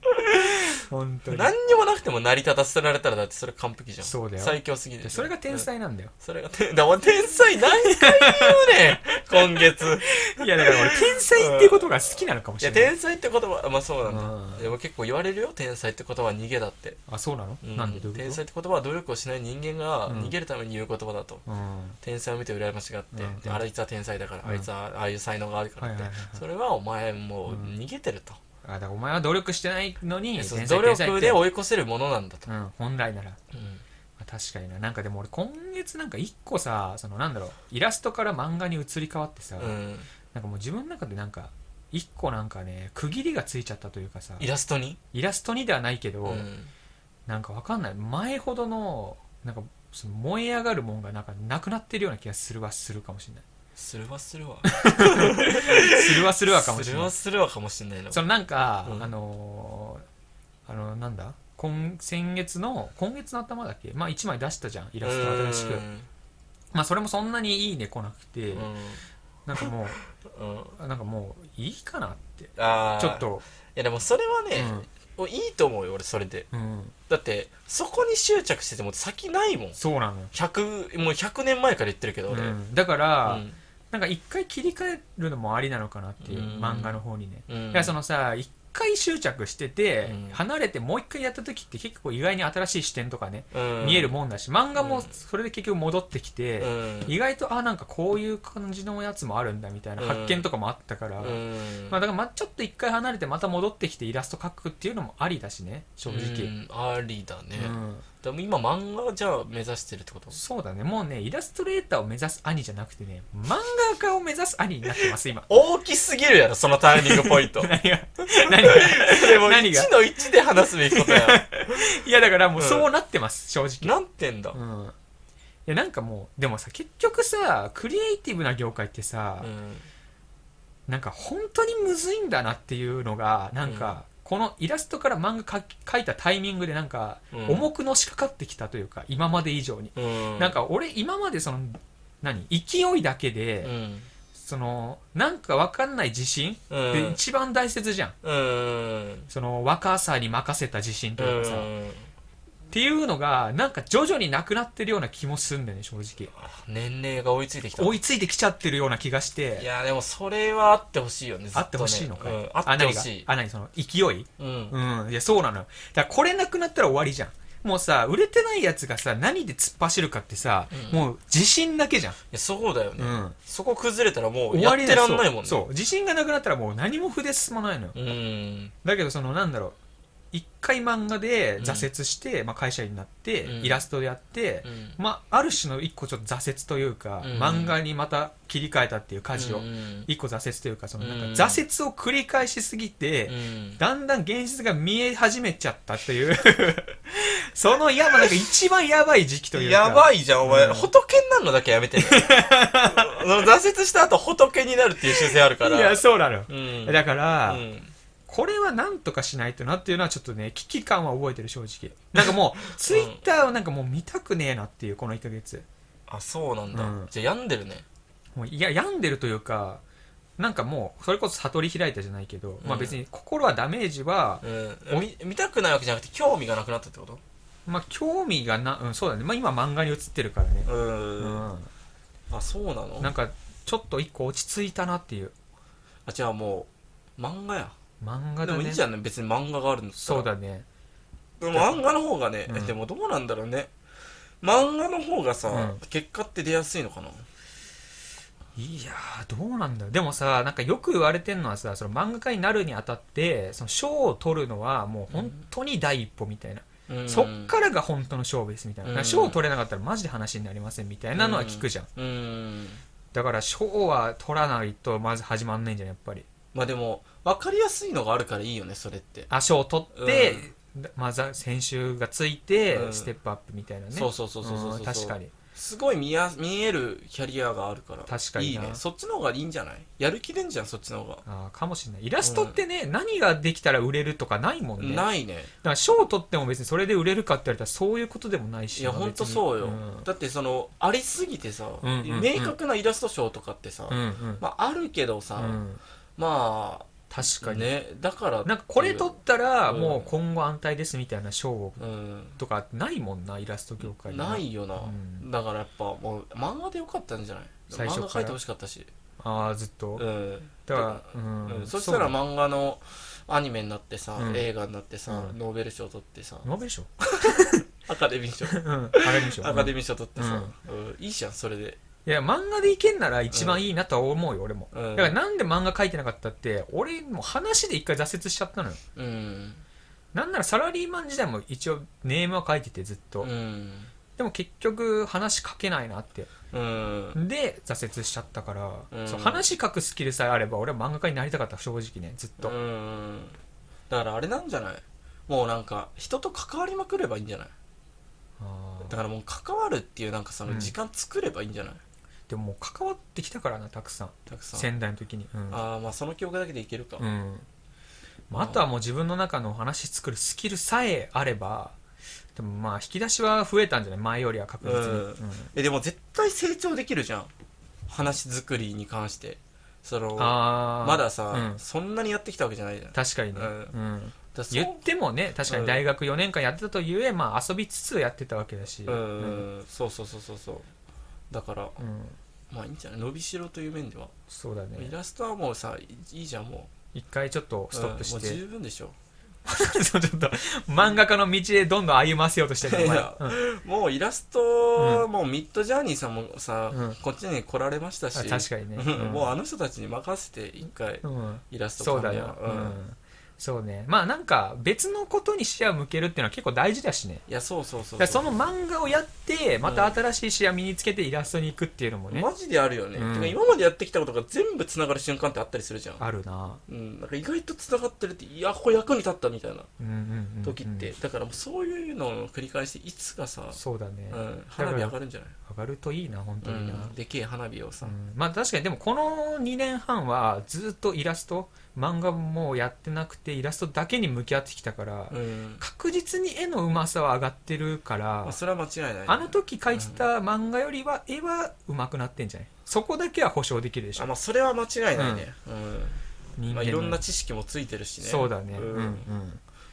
[SPEAKER 1] 本当に
[SPEAKER 2] 何にもなくても成り立たせられたらだってそれ完璧じゃん。
[SPEAKER 1] そうだよ
[SPEAKER 2] 最強すぎ
[SPEAKER 1] で
[SPEAKER 2] る。
[SPEAKER 1] それが天才なんだよ
[SPEAKER 2] それが天、だから天才何回言うねん今月。
[SPEAKER 1] いやだから俺天才っていうことが好きなのかも
[SPEAKER 2] い
[SPEAKER 1] しれ
[SPEAKER 2] や、
[SPEAKER 1] ない
[SPEAKER 2] 天才って言葉は、まあそうなん
[SPEAKER 1] うん
[SPEAKER 2] だ。でも結構言われるよ、天才って言葉は逃げだって。
[SPEAKER 1] あそうなの、
[SPEAKER 2] うん
[SPEAKER 1] なんでどういう
[SPEAKER 2] 天
[SPEAKER 1] こと
[SPEAKER 2] 才って言葉は努力をしない人間が
[SPEAKER 1] うん
[SPEAKER 2] 逃げるために言う言葉だと。
[SPEAKER 1] うんは
[SPEAKER 2] 天才を見て羨ましがって、
[SPEAKER 1] うん
[SPEAKER 2] であいつは天才だから、
[SPEAKER 1] うん
[SPEAKER 2] あいつはああいう才能がある
[SPEAKER 1] い
[SPEAKER 2] か
[SPEAKER 1] はい
[SPEAKER 2] らっ
[SPEAKER 1] はい
[SPEAKER 2] て。
[SPEAKER 1] はい
[SPEAKER 2] それはお前もう
[SPEAKER 1] うん
[SPEAKER 2] 逃げてると。
[SPEAKER 1] あだからお前は努力してないのに
[SPEAKER 2] そう
[SPEAKER 1] 天才
[SPEAKER 2] 努
[SPEAKER 1] 天才っ
[SPEAKER 2] 力
[SPEAKER 1] て
[SPEAKER 2] で追い越せるものなんだと
[SPEAKER 1] う。ん本来なら、ま
[SPEAKER 2] うん
[SPEAKER 1] あ確かにななんかでも俺今月なんか一個さそのなんだろうイラストから漫画に移り変わってさ、
[SPEAKER 2] うん
[SPEAKER 1] なんかもう自分の中でなんか一個なんかね区切りがついちゃったというかさ
[SPEAKER 2] イラストに
[SPEAKER 1] イラストにではないけど、
[SPEAKER 2] うん
[SPEAKER 1] なんかわかんない前ほどのなんかその燃え上がるもんがなんかなくなってるような気がするはするかもしれない
[SPEAKER 2] するわするわ。
[SPEAKER 1] するはするはかもし
[SPEAKER 2] す
[SPEAKER 1] れ
[SPEAKER 2] る
[SPEAKER 1] な
[SPEAKER 2] わ
[SPEAKER 1] い
[SPEAKER 2] するわかもしんないの。
[SPEAKER 1] そのなんか、
[SPEAKER 2] うん
[SPEAKER 1] あのーあのなんだ今先月の今月の頭だっけまあ1枚出したじゃんイ
[SPEAKER 2] イ
[SPEAKER 1] ラスト新しくまあそれもそんなにいいね来なくて、なんかも
[SPEAKER 2] うん。
[SPEAKER 1] うなんかもういいかなって
[SPEAKER 2] ああ。
[SPEAKER 1] ちょっ。と
[SPEAKER 2] いやでもそれはね、いいと思うよ、俺それで。
[SPEAKER 1] うん、うん、
[SPEAKER 2] だって、そこに執着してても先ないもん。
[SPEAKER 1] そうなのよ、
[SPEAKER 2] 100、もう100年前から言ってるけど、
[SPEAKER 1] う
[SPEAKER 2] 俺。うん。
[SPEAKER 1] ん、だから、なんか一回切り替えるのもありなのかなっていう、
[SPEAKER 2] うん
[SPEAKER 1] 漫画の方にね
[SPEAKER 2] うん
[SPEAKER 1] いやそのさ一回執着してて、
[SPEAKER 2] うん
[SPEAKER 1] 離れてもう一回やった時って結構意外に新しい視点とかね、
[SPEAKER 2] うん
[SPEAKER 1] 見えるもんだし漫画も
[SPEAKER 2] うん
[SPEAKER 1] それで結局戻ってきて、
[SPEAKER 2] うん。
[SPEAKER 1] 意外とあなんかこういう感じのやつもあるんだみたいな
[SPEAKER 2] うん
[SPEAKER 1] 発見とかもあったから、
[SPEAKER 2] うん
[SPEAKER 1] まあ、だからまちょっと一回離れてまた戻ってきてイラスト描くっていうのもありだしね正直、
[SPEAKER 2] うんありだね
[SPEAKER 1] う。ん
[SPEAKER 2] でも今漫画じゃあ目指してるってこと
[SPEAKER 1] そうだねもうねイラストレーターを目指す兄じゃなくてね漫画家を目指す兄になってます
[SPEAKER 2] [laughs]
[SPEAKER 1] 今
[SPEAKER 2] 大きすぎるやろそのターニングポイント
[SPEAKER 1] 何が何が
[SPEAKER 2] それ
[SPEAKER 1] [laughs]
[SPEAKER 2] も
[SPEAKER 1] 何が
[SPEAKER 2] 1の1で話すべきことや
[SPEAKER 1] [laughs] いやだからもう
[SPEAKER 2] うん
[SPEAKER 1] そうなってます、正
[SPEAKER 2] なんてんだ
[SPEAKER 1] 直うんいやなんかもうでもさ結局さクリエイティブな業界ってさ、
[SPEAKER 2] うん
[SPEAKER 1] なんか本当にむずいんだなっていうのがなんか、
[SPEAKER 2] うん
[SPEAKER 1] このイラストから漫画か描いたタイミングでなんか、
[SPEAKER 2] うん
[SPEAKER 1] 重くのしかかってきたというか今まで以上に、
[SPEAKER 2] うん
[SPEAKER 1] なんか俺今までその何勢いだけで、
[SPEAKER 2] うん
[SPEAKER 1] そのなんかわかんない自信
[SPEAKER 2] う
[SPEAKER 1] で
[SPEAKER 2] ん
[SPEAKER 1] 一番大切じゃん、
[SPEAKER 2] うん
[SPEAKER 1] その若さに任せた自信というかさ、っ
[SPEAKER 2] うん
[SPEAKER 1] ていうのがなんか徐々になくなってるような気もするんだよね正直
[SPEAKER 2] 年齢が追いついてきた
[SPEAKER 1] 追いついてきちゃってるような気がし
[SPEAKER 2] い
[SPEAKER 1] て
[SPEAKER 2] やでもそれはあってほしいよねずっと
[SPEAKER 1] あ
[SPEAKER 2] ね
[SPEAKER 1] ってほしいのかい、
[SPEAKER 2] うんあってほしい
[SPEAKER 1] あ何があ何その勢い
[SPEAKER 2] うん
[SPEAKER 1] うんいやそうなのよだからこれなくなったら終わりじゃんもうさ売れてないやつがさ何で突っ走るかってさ、
[SPEAKER 2] うん
[SPEAKER 1] もう自信だけじゃん、
[SPEAKER 2] いやそうだよ
[SPEAKER 1] う
[SPEAKER 2] ね
[SPEAKER 1] ん、
[SPEAKER 2] そこ崩れたらもう
[SPEAKER 1] 終
[SPEAKER 2] やっ
[SPEAKER 1] わり
[SPEAKER 2] てらんないもんね
[SPEAKER 1] そうそう自信がなくなったらもう何も筆進まないのよ
[SPEAKER 2] うん
[SPEAKER 1] だけどそのなんだろう一回漫画で挫折して、まあ、会社員になって、
[SPEAKER 2] うん
[SPEAKER 1] イラストでやって
[SPEAKER 2] う、ん
[SPEAKER 1] まあ、ある種の一個ちょっと挫折というか、
[SPEAKER 2] うん
[SPEAKER 1] 漫画にまた切り替えたっていう舵を、
[SPEAKER 2] うん
[SPEAKER 1] 一個挫折というかそのなんか
[SPEAKER 2] うん
[SPEAKER 1] 挫折を繰り返しすぎて、
[SPEAKER 2] うん
[SPEAKER 1] だんだん現実が見え始めちゃったという [laughs] そのやばなんか一番やばい時期というか
[SPEAKER 2] やばいじゃんお前
[SPEAKER 1] うん
[SPEAKER 2] 仏になるのだけ
[SPEAKER 1] [laughs]
[SPEAKER 2] やめてねその挫折した後仏になるっていう習性あるから
[SPEAKER 1] いやそうなの、
[SPEAKER 2] うん
[SPEAKER 1] だから、
[SPEAKER 2] うん
[SPEAKER 1] これはなんとかしないとなっていうのはちょっとね危機感は覚えてる正直なんかも
[SPEAKER 2] [laughs]
[SPEAKER 1] うツイッターをなんかもう見たくねえなっていうこの1ヶ月
[SPEAKER 2] あそうなん
[SPEAKER 1] うん
[SPEAKER 2] だじゃあ病んでるね
[SPEAKER 1] もういや病んでるというかなんかもうそれこそ悟り開いたじゃないけど、まあ
[SPEAKER 2] うん
[SPEAKER 1] 別に心はダメージは
[SPEAKER 2] うんみ見たくないわけじゃなくて興味がなくなったってこと
[SPEAKER 1] まあ興味がな、うん、そうだねまあ今漫画に映ってるからね
[SPEAKER 2] う
[SPEAKER 1] うんん、
[SPEAKER 2] あそうなの
[SPEAKER 1] なんかちょっと一個落ち着いたなっていう
[SPEAKER 2] あじゃあもう漫画や
[SPEAKER 1] 漫画
[SPEAKER 2] で
[SPEAKER 1] だね
[SPEAKER 2] もいいじゃんね別に漫画があるんだった
[SPEAKER 1] そ
[SPEAKER 2] ら
[SPEAKER 1] うだね
[SPEAKER 2] でも漫画の方がね、
[SPEAKER 1] うん
[SPEAKER 2] でもどうなんだろうね漫画の方がさ、
[SPEAKER 1] うん
[SPEAKER 2] 結果って出やすいのかない
[SPEAKER 1] やーどうなんだろうでもさなんかよく言われてるのはさその漫画家になるにあたってその賞を取るのはもう本当に第一歩みたいな、
[SPEAKER 2] うん
[SPEAKER 1] そっからが本当の勝負ですみたいな
[SPEAKER 2] う
[SPEAKER 1] だか
[SPEAKER 2] ん
[SPEAKER 1] ら賞、を取れなかったらマジで話になりませんみたいなのは聞くじゃん、
[SPEAKER 2] うん
[SPEAKER 1] だから賞は取らないとまず始まんないんじゃんやっぱり
[SPEAKER 2] まあでも分かりやすいのがあるからいいよねそれって、
[SPEAKER 1] あ賞を取って、まず先週がついて、
[SPEAKER 2] うん
[SPEAKER 1] ステップアップみたいなね
[SPEAKER 2] そうそうそうそうそうそう
[SPEAKER 1] うん確かに
[SPEAKER 2] すごい見や見えるキャリアがあるから
[SPEAKER 1] 確かにない
[SPEAKER 2] いねそっちの方がいいんじゃないやる気出んじゃんそっちの方が、
[SPEAKER 1] あーかもしれないイラストってね、何ができたら売れるとかないもんね
[SPEAKER 2] ないね
[SPEAKER 1] だから賞を取っても別にそれで売れるかって言われたらそういうことでもないし
[SPEAKER 2] いやほんとそうよ、だってそのありすぎてさ、
[SPEAKER 1] うんうんうん
[SPEAKER 2] 明確なイラストショーとかってさ、
[SPEAKER 1] うん、うんうん
[SPEAKER 2] まああるけどさ、
[SPEAKER 1] うん
[SPEAKER 2] まあ
[SPEAKER 1] 確かに、
[SPEAKER 2] ねだから
[SPEAKER 1] なんかこれ取ったら
[SPEAKER 2] うん
[SPEAKER 1] もう今後安泰ですみたいな賞を
[SPEAKER 2] うん
[SPEAKER 1] とかないもんなイラスト業界に
[SPEAKER 2] ないよな、
[SPEAKER 1] うん
[SPEAKER 2] だからやっぱもう漫画でよかったんじゃない
[SPEAKER 1] 最初
[SPEAKER 2] 漫
[SPEAKER 1] から
[SPEAKER 2] 画描いてほしかったし、
[SPEAKER 1] ああずっと、
[SPEAKER 2] うん、
[SPEAKER 1] だから、う
[SPEAKER 2] うん
[SPEAKER 1] ん
[SPEAKER 2] そしたら漫画のアニメになってさ、
[SPEAKER 1] うん
[SPEAKER 2] 映画になってさ、
[SPEAKER 1] うん
[SPEAKER 2] ノーベル賞取ってさ、
[SPEAKER 1] ノーベル賞 [laughs]
[SPEAKER 2] アカデミー賞
[SPEAKER 1] うんアカデミー賞
[SPEAKER 2] アカデ
[SPEAKER 1] うん
[SPEAKER 2] ミー賞取ってさ、うんいいじゃんそれで、
[SPEAKER 1] いや漫画でいけんなら一番いいなとは思うよ、俺も
[SPEAKER 2] うん
[SPEAKER 1] だからなんで漫画描いてなかったって俺もう話で一回挫折しちゃったのよ
[SPEAKER 2] うん
[SPEAKER 1] なんならサラリーマン時代も一応ネームは書いててずっと、
[SPEAKER 2] うん
[SPEAKER 1] でも結局話書けないなって
[SPEAKER 2] うん
[SPEAKER 1] で挫折しちゃったから、
[SPEAKER 2] うん
[SPEAKER 1] そう話書くスキルさえあれば俺は漫画家になりたかった正直ねずっと、
[SPEAKER 2] うんだからあれなんじゃないもうなんか人と関わりまくればいいんじゃない
[SPEAKER 1] あー
[SPEAKER 2] だからもう関わるっていうなんかそうの
[SPEAKER 1] ん
[SPEAKER 2] 時間作ればいいんじゃない、
[SPEAKER 1] でももう関わってきたからなたくさん
[SPEAKER 2] たくさん
[SPEAKER 1] 仙台の時にうん
[SPEAKER 2] ああまあその記憶だけでいけるか、
[SPEAKER 1] うんまあ、あとはもう自分の中の話作るスキルさえあればでもまあ引き出しは増えたんじゃない前よりは確実に、
[SPEAKER 2] うんえでも絶対成長できるじゃん話作りに関してその
[SPEAKER 1] あー
[SPEAKER 2] まださ、
[SPEAKER 1] うん
[SPEAKER 2] そんなにやってきたわけじゃないじゃんだか
[SPEAKER 1] 確かにね、
[SPEAKER 2] う
[SPEAKER 1] うん
[SPEAKER 2] らそ
[SPEAKER 1] 言
[SPEAKER 2] う
[SPEAKER 1] ってもね確かに大学4年間やってたとゆえ、まあ、遊びつつやってたわけだし、
[SPEAKER 2] う
[SPEAKER 1] うん
[SPEAKER 2] んそうそうそうそうそうだから
[SPEAKER 1] うん
[SPEAKER 2] まあいいんじゃない伸びしろという面では、
[SPEAKER 1] そうだ
[SPEAKER 2] イ
[SPEAKER 1] ね
[SPEAKER 2] ラストはもうさいいいじゃんも
[SPEAKER 1] 一回ちょっと
[SPEAKER 2] う
[SPEAKER 1] ストップして、
[SPEAKER 2] うんもう十分でしょ
[SPEAKER 1] そう [laughs] ちょっと漫画家の道へどんどん歩ませようとしてるお前
[SPEAKER 2] いや
[SPEAKER 1] うん
[SPEAKER 2] もうイラスト、
[SPEAKER 1] う
[SPEAKER 2] もうミッドジャーニーさんもさ、
[SPEAKER 1] うん
[SPEAKER 2] こっちに来られましたし
[SPEAKER 1] あ確かにね
[SPEAKER 2] うん
[SPEAKER 1] うん
[SPEAKER 2] もうあの人たちに任せて一回
[SPEAKER 1] うん
[SPEAKER 2] イラスト
[SPEAKER 1] そうだ
[SPEAKER 2] 関連
[SPEAKER 1] よ
[SPEAKER 2] は、
[SPEAKER 1] うんそうねまあなんか別のことに視野を向けるっていうのは結構大事だしね
[SPEAKER 2] いやそうそうそう
[SPEAKER 1] だ
[SPEAKER 2] そ
[SPEAKER 1] か
[SPEAKER 2] う
[SPEAKER 1] らその漫画をやってまた新しい視野身につけてイラストに行くっていうのもね、
[SPEAKER 2] マジであるよね、
[SPEAKER 1] うん
[SPEAKER 2] てか今までやってきたことが全部つながる瞬間ってあったりするじゃん
[SPEAKER 1] あるな
[SPEAKER 2] うん、なんか意外とつながってるっていやこれ役に立ったみたいな
[SPEAKER 1] うんうんうん、うん、
[SPEAKER 2] 時って、だからもうそういうのを繰り返していつかさ、
[SPEAKER 1] そうだね、
[SPEAKER 2] うん、花火上がるんじゃない
[SPEAKER 1] 上がるといいな本当にな、
[SPEAKER 2] うんでけえ花火をさ、
[SPEAKER 1] うんまあ確かにでもこの2年半はずっとイラスト漫画もやってなくてイラストだけに向き合ってきたから、
[SPEAKER 2] うん
[SPEAKER 1] 確実に絵のうまさは上がってるから、
[SPEAKER 2] まあ、それは間違いない、
[SPEAKER 1] あの時描いてた漫画よりは絵はうまくなってんじゃないそこだけは保証できるでし
[SPEAKER 2] あ
[SPEAKER 1] ょ
[SPEAKER 2] まあそれは間違いないね、うん
[SPEAKER 1] 人
[SPEAKER 2] ま
[SPEAKER 1] の
[SPEAKER 2] あ、いろんな知識もついてるしね
[SPEAKER 1] そうだねうんん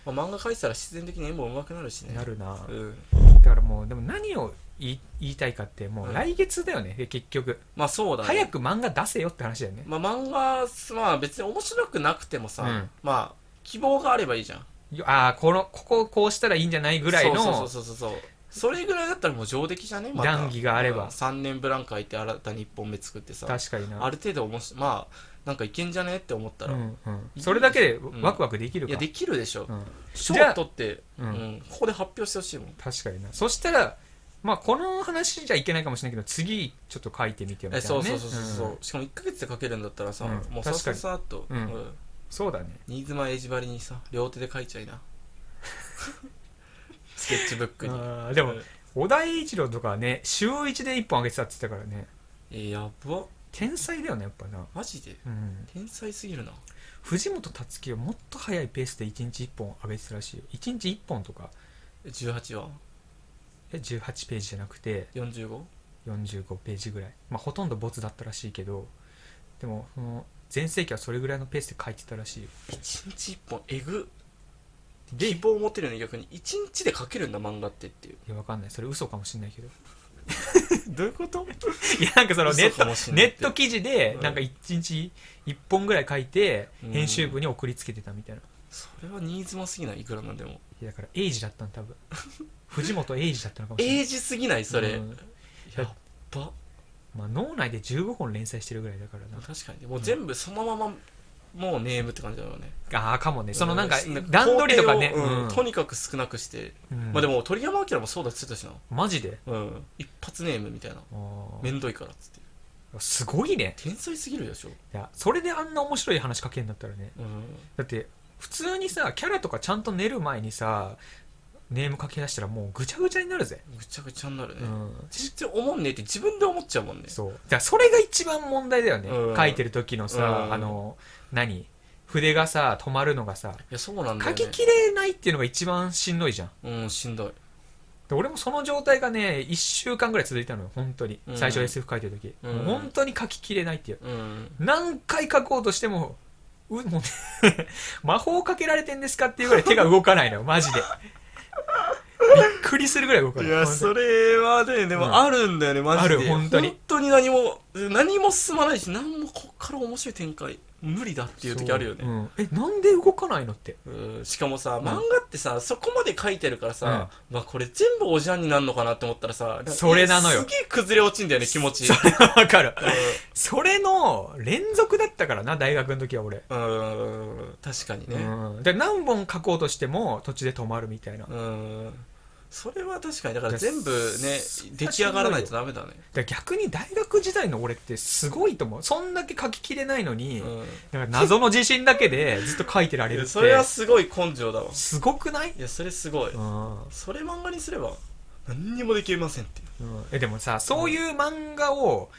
[SPEAKER 2] まあ、漫画描いてたら必然的に絵も上手くなるし
[SPEAKER 1] う
[SPEAKER 2] ね
[SPEAKER 1] んなるな、
[SPEAKER 2] うん、
[SPEAKER 1] だからもうでも何を言い言いたいかってもう来月だよね、で結局
[SPEAKER 2] まあそうだね
[SPEAKER 1] 早く漫画出せよって話だよね
[SPEAKER 2] まあ漫画まあ別に面白くなくてもさ、
[SPEAKER 1] うん
[SPEAKER 2] まあ希望があればいいじゃん
[SPEAKER 1] よああこのここをこうしたらいいんじゃないぐらいの
[SPEAKER 2] そうそうそうそうそうそれぐらいだったらもう上出来じゃねまた
[SPEAKER 1] 談義があれば
[SPEAKER 2] 3年ブランク空いて新たに1本目作ってさ
[SPEAKER 1] 確かにな
[SPEAKER 2] ある程度おもしまあなんかいけんじゃねって思ったら、
[SPEAKER 1] うんうん、それだけで
[SPEAKER 2] ん
[SPEAKER 1] ワクワクできる
[SPEAKER 2] い
[SPEAKER 1] か、
[SPEAKER 2] や
[SPEAKER 1] ら
[SPEAKER 2] できるでしょ
[SPEAKER 1] うん、
[SPEAKER 2] 賞
[SPEAKER 1] じゃあ
[SPEAKER 2] 取って、
[SPEAKER 1] うん
[SPEAKER 2] うんここで発表してほしいもん
[SPEAKER 1] 確かになそしたらまあこの話じゃいけないかもしれないけど次ちょっと書いてみてよみたい
[SPEAKER 2] え
[SPEAKER 1] な、ね、
[SPEAKER 2] そうそうそうそう、
[SPEAKER 1] ん
[SPEAKER 2] しかも1ヶ月で書けるんだったらさ、
[SPEAKER 1] うん
[SPEAKER 2] もうさっさっさっと、
[SPEAKER 1] 確かにうんそうだね
[SPEAKER 2] 新妻エイジバリにさ両手で書いちゃい
[SPEAKER 1] [laughs]
[SPEAKER 2] なスケッチブックに
[SPEAKER 1] あーでも
[SPEAKER 2] うん
[SPEAKER 1] 小田栄一郎とかはね週1で1本あげてたって言ってたからね
[SPEAKER 2] えーやば
[SPEAKER 1] 天才だよねやっぱな、
[SPEAKER 2] マジで
[SPEAKER 1] うん、
[SPEAKER 2] 天才すぎるな
[SPEAKER 1] 藤本辰樹はもっと早いペースで1日1本あげてたらしいよ1日1本とか
[SPEAKER 2] 18は
[SPEAKER 1] え18ページじゃなくて
[SPEAKER 2] 45?
[SPEAKER 1] 45ページぐらい、まあ、ほとんどボツだったらしいけどでもその全盛期はそれぐらいのペースで書いてたらしいよ
[SPEAKER 2] 1日1本えぐ
[SPEAKER 1] で
[SPEAKER 2] 希望を持ってるのに逆に1日で書けるんだ漫画ってって [laughs] いう
[SPEAKER 1] いやわかんないそれ嘘かもしんない
[SPEAKER 2] [laughs]
[SPEAKER 1] けどどういうこといやなんかそのネ
[SPEAKER 2] 嘘かもし
[SPEAKER 1] ット
[SPEAKER 2] んない
[SPEAKER 1] ネ
[SPEAKER 2] っ
[SPEAKER 1] ッ
[SPEAKER 2] て
[SPEAKER 1] ト記事で
[SPEAKER 2] うん
[SPEAKER 1] なんか1日1本ぐらい書いて
[SPEAKER 2] うん
[SPEAKER 1] 編集部に送りつけてたみたいな
[SPEAKER 2] それはニーズもすぎないいくらなんでも
[SPEAKER 1] いやだからエイジだったの多
[SPEAKER 2] [laughs]
[SPEAKER 1] 分藤本エイジだったのかもしれない
[SPEAKER 2] エイジすぎないそれ、
[SPEAKER 1] うん
[SPEAKER 2] やっば
[SPEAKER 1] まあ、脳内で15本連載してるぐらいだからな
[SPEAKER 2] 確かにもう全部そのままもうネームって感じだよね
[SPEAKER 1] ああかもねそのなんか
[SPEAKER 2] うん
[SPEAKER 1] 段取りとかね、
[SPEAKER 2] 工程をうん
[SPEAKER 1] うん
[SPEAKER 2] とにかく少なくして、
[SPEAKER 1] うん
[SPEAKER 2] まあでも鳥山明もそうだっつってたしな、
[SPEAKER 1] マジで
[SPEAKER 2] うん、一発ネームみたいな
[SPEAKER 1] あー
[SPEAKER 2] めんどいからっつって
[SPEAKER 1] すごいね
[SPEAKER 2] 天才すぎるでしょ、
[SPEAKER 1] いやそれであんな面白い話書けんだったらね
[SPEAKER 2] うん、
[SPEAKER 1] だって普通にさキャラとかちゃんと寝る前にさネーム書き出したらもうぐちゃぐちゃになるぜ、
[SPEAKER 2] ぐちゃぐちゃになるね、
[SPEAKER 1] うん、
[SPEAKER 2] 全然思んねえって自分で思っちゃうもんね
[SPEAKER 1] そうだからそれが一番問題だよね、
[SPEAKER 2] うん
[SPEAKER 1] 書いてる時のさ、
[SPEAKER 2] うん
[SPEAKER 1] あの何筆がさ止まるのがさ
[SPEAKER 2] いやそうなんだよ、
[SPEAKER 1] 書
[SPEAKER 2] ね、
[SPEAKER 1] ききれないっていうのが一番しんどいじゃん
[SPEAKER 2] うんしんどい
[SPEAKER 1] で俺もその状態がね1週間ぐらい続いたのよ本当に
[SPEAKER 2] うん
[SPEAKER 1] 最初 SF 書いてる時、
[SPEAKER 2] うん
[SPEAKER 1] もう本当に書ききれないっていう
[SPEAKER 2] うん
[SPEAKER 1] 何回書こうとしてもうもうね [laughs] 魔法かけられてんですかっていうぐらい手が動かないのよマジでびっくりするぐらい動かない
[SPEAKER 2] い
[SPEAKER 1] 本
[SPEAKER 2] や、
[SPEAKER 1] 当に
[SPEAKER 2] それはね、で
[SPEAKER 1] う
[SPEAKER 2] も
[SPEAKER 1] ん
[SPEAKER 2] あるんだよね、マジで。
[SPEAKER 1] ある本当に
[SPEAKER 2] 本当に何も、何も進まないし、何もこっから面白い展開、無理だっていう時あるよ
[SPEAKER 1] そう
[SPEAKER 2] ね。
[SPEAKER 1] うんえなんで動かないのって [laughs]
[SPEAKER 2] うんしかもさ、漫画ってさ、そこまで書いてるからさ、まあこれ全部おじゃんになるのかなって思ったらさ、
[SPEAKER 1] それなのよ
[SPEAKER 2] すげえ崩れ落ちんだよね、気持ち。
[SPEAKER 1] それはわかる
[SPEAKER 2] う
[SPEAKER 1] それの連続だったからな大学の時は俺、
[SPEAKER 2] んうん、確かに
[SPEAKER 1] う
[SPEAKER 2] ね。
[SPEAKER 1] ん、で何本書こうとしても途中で止まるみたいな
[SPEAKER 2] うん。それは確かに、だから
[SPEAKER 1] じゃあ
[SPEAKER 2] 全部ね
[SPEAKER 1] そ、
[SPEAKER 2] 出来上がらないとダメだね。
[SPEAKER 1] だから逆に大学時代の俺ってすごいと思うそんだけ書ききれないのに、
[SPEAKER 2] うん
[SPEAKER 1] なんか謎の自信だけでずっと書いてられ
[SPEAKER 2] い
[SPEAKER 1] るっ
[SPEAKER 2] や。
[SPEAKER 1] て
[SPEAKER 2] それはすごい根性だわ。
[SPEAKER 1] すごくない、
[SPEAKER 2] いや、それすごい。
[SPEAKER 1] うん
[SPEAKER 2] それ漫画にすれば何にもできませんっていう
[SPEAKER 1] うんえでもさそういう漫画を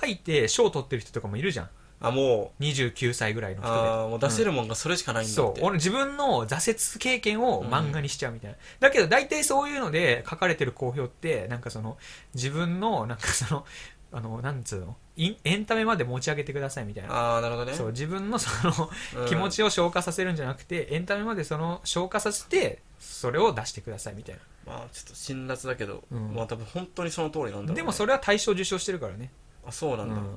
[SPEAKER 1] 書いて賞を取ってる人とかもいるじゃん
[SPEAKER 2] あも
[SPEAKER 1] 29歳ぐらいうの人
[SPEAKER 2] あーもう出せるもんがそれしかな
[SPEAKER 1] で
[SPEAKER 2] いんだっ
[SPEAKER 1] そう
[SPEAKER 2] て、
[SPEAKER 1] 俺自分の挫折経験を漫画にしちゃうみたいな、だけど大体そういうので書かれてる好評ってなんかその自分のなんかそのあのなんつうのインエンタメまで持ち上げてくださいみたいな
[SPEAKER 2] ああなるほどね
[SPEAKER 1] そう自分のその
[SPEAKER 2] うん
[SPEAKER 1] 気持ちを消化させるんじゃなくてエンタメまでその消化させてそれを出してくださいみたい
[SPEAKER 2] まあちょっと辛辣だけど、
[SPEAKER 1] うん
[SPEAKER 2] まあ多分本当にその通りなんだろう
[SPEAKER 1] な
[SPEAKER 2] ね
[SPEAKER 1] でもそれは大賞受賞してるからね
[SPEAKER 2] あそうなんだ、
[SPEAKER 1] うん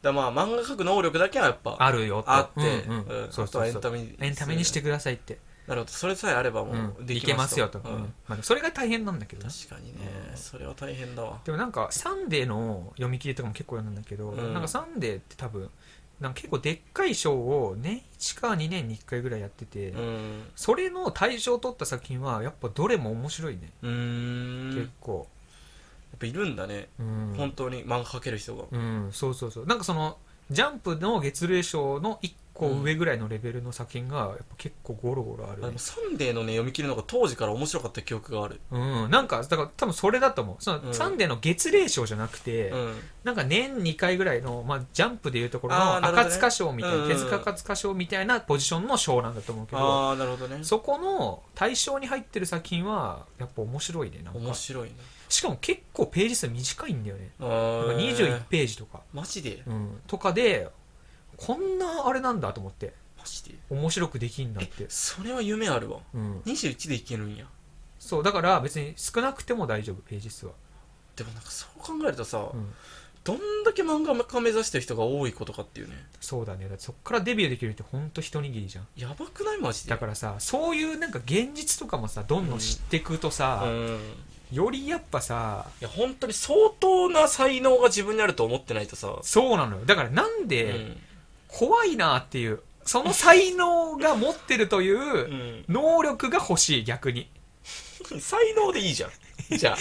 [SPEAKER 2] だからまあ漫画描く能力だけはやっぱ
[SPEAKER 1] あるよと
[SPEAKER 2] あって、
[SPEAKER 1] うんうん
[SPEAKER 2] うん
[SPEAKER 1] そう
[SPEAKER 2] あと
[SPEAKER 1] そうそう
[SPEAKER 2] はエンタメに
[SPEAKER 1] エンタメにしてくださいって、
[SPEAKER 2] なるほどそれさえあれば
[SPEAKER 1] う
[SPEAKER 2] も
[SPEAKER 1] ん
[SPEAKER 2] うで
[SPEAKER 1] い
[SPEAKER 2] き
[SPEAKER 1] け
[SPEAKER 2] ま
[SPEAKER 1] ますすよと、うんまあ、それが大変なんだけどね
[SPEAKER 2] 確かにね、
[SPEAKER 1] うん
[SPEAKER 2] それは大変だわ
[SPEAKER 1] でもなんか「サンデー」の読み切りとかも結構読んだんだけど、
[SPEAKER 2] うん
[SPEAKER 1] なんか「サンデー」って多分なんか結構でっかい賞を年1か2年に1回ぐらいやってて、
[SPEAKER 2] うん
[SPEAKER 1] それの大賞を取った作品はやっぱどれも面白いね、
[SPEAKER 2] うーんやっ
[SPEAKER 1] 結構、
[SPEAKER 2] ぱいるんだね
[SPEAKER 1] うん、
[SPEAKER 2] 本当に漫画描ける人が
[SPEAKER 1] うん、そうそうそうなんかそのジャンプの月齢賞の1個上ぐらいのレベルの作品がやっぱ結構ゴロゴロあるね、
[SPEAKER 2] あでも「サンデー」のね読み切るのが当時から面白かった記憶がある
[SPEAKER 1] うん、なんかだから多分それだと思うその、
[SPEAKER 2] うん
[SPEAKER 1] サンデーの月齢賞じゃなくて、
[SPEAKER 2] うん
[SPEAKER 1] なんか年2回ぐらいの、まあ、ジャンプでいうところ
[SPEAKER 2] あー
[SPEAKER 1] の
[SPEAKER 2] なるほど
[SPEAKER 1] 赤
[SPEAKER 2] ね
[SPEAKER 1] 塚賞みたいな、
[SPEAKER 2] うんうん
[SPEAKER 1] 手塚赤塚賞みたいなポジションの賞なんだと思うけど
[SPEAKER 2] ああなるほどね
[SPEAKER 1] そこの対象に入ってる作品はやっぱ面白いねなん
[SPEAKER 2] 面
[SPEAKER 1] か
[SPEAKER 2] 白いね
[SPEAKER 1] しかも結構ページ数短いんだよね
[SPEAKER 2] あ
[SPEAKER 1] なん
[SPEAKER 2] ー
[SPEAKER 1] か21ページとか、
[SPEAKER 2] マジで
[SPEAKER 1] うん、とかでこんなあれなんだと思って
[SPEAKER 2] マジで
[SPEAKER 1] 面白くできんだって、
[SPEAKER 2] それは夢あるわ
[SPEAKER 1] うん、
[SPEAKER 2] 21でいけるんや
[SPEAKER 1] そうだから別に少なくても大丈夫ページ数は、
[SPEAKER 2] でもなんかそう考えるとさ
[SPEAKER 1] うん、
[SPEAKER 2] どんだけ漫画家目指してる人が多いことかっていうね
[SPEAKER 1] そうだねだってそっからデビューできるってほんと一握りじゃん
[SPEAKER 2] やばくないマジで
[SPEAKER 1] だからさそういうなんか現実とかもさどんどん知ってくとさ、
[SPEAKER 2] うん
[SPEAKER 1] よりやっぱさ
[SPEAKER 2] いや本当に相当な才能が自分にあると思ってないとさ、
[SPEAKER 1] そうなのよだからなん
[SPEAKER 2] う
[SPEAKER 1] で
[SPEAKER 2] ん、
[SPEAKER 1] 怖いなっていうその才能が持ってるといううん能力が欲しい逆に
[SPEAKER 2] 才能でいいじゃんじゃ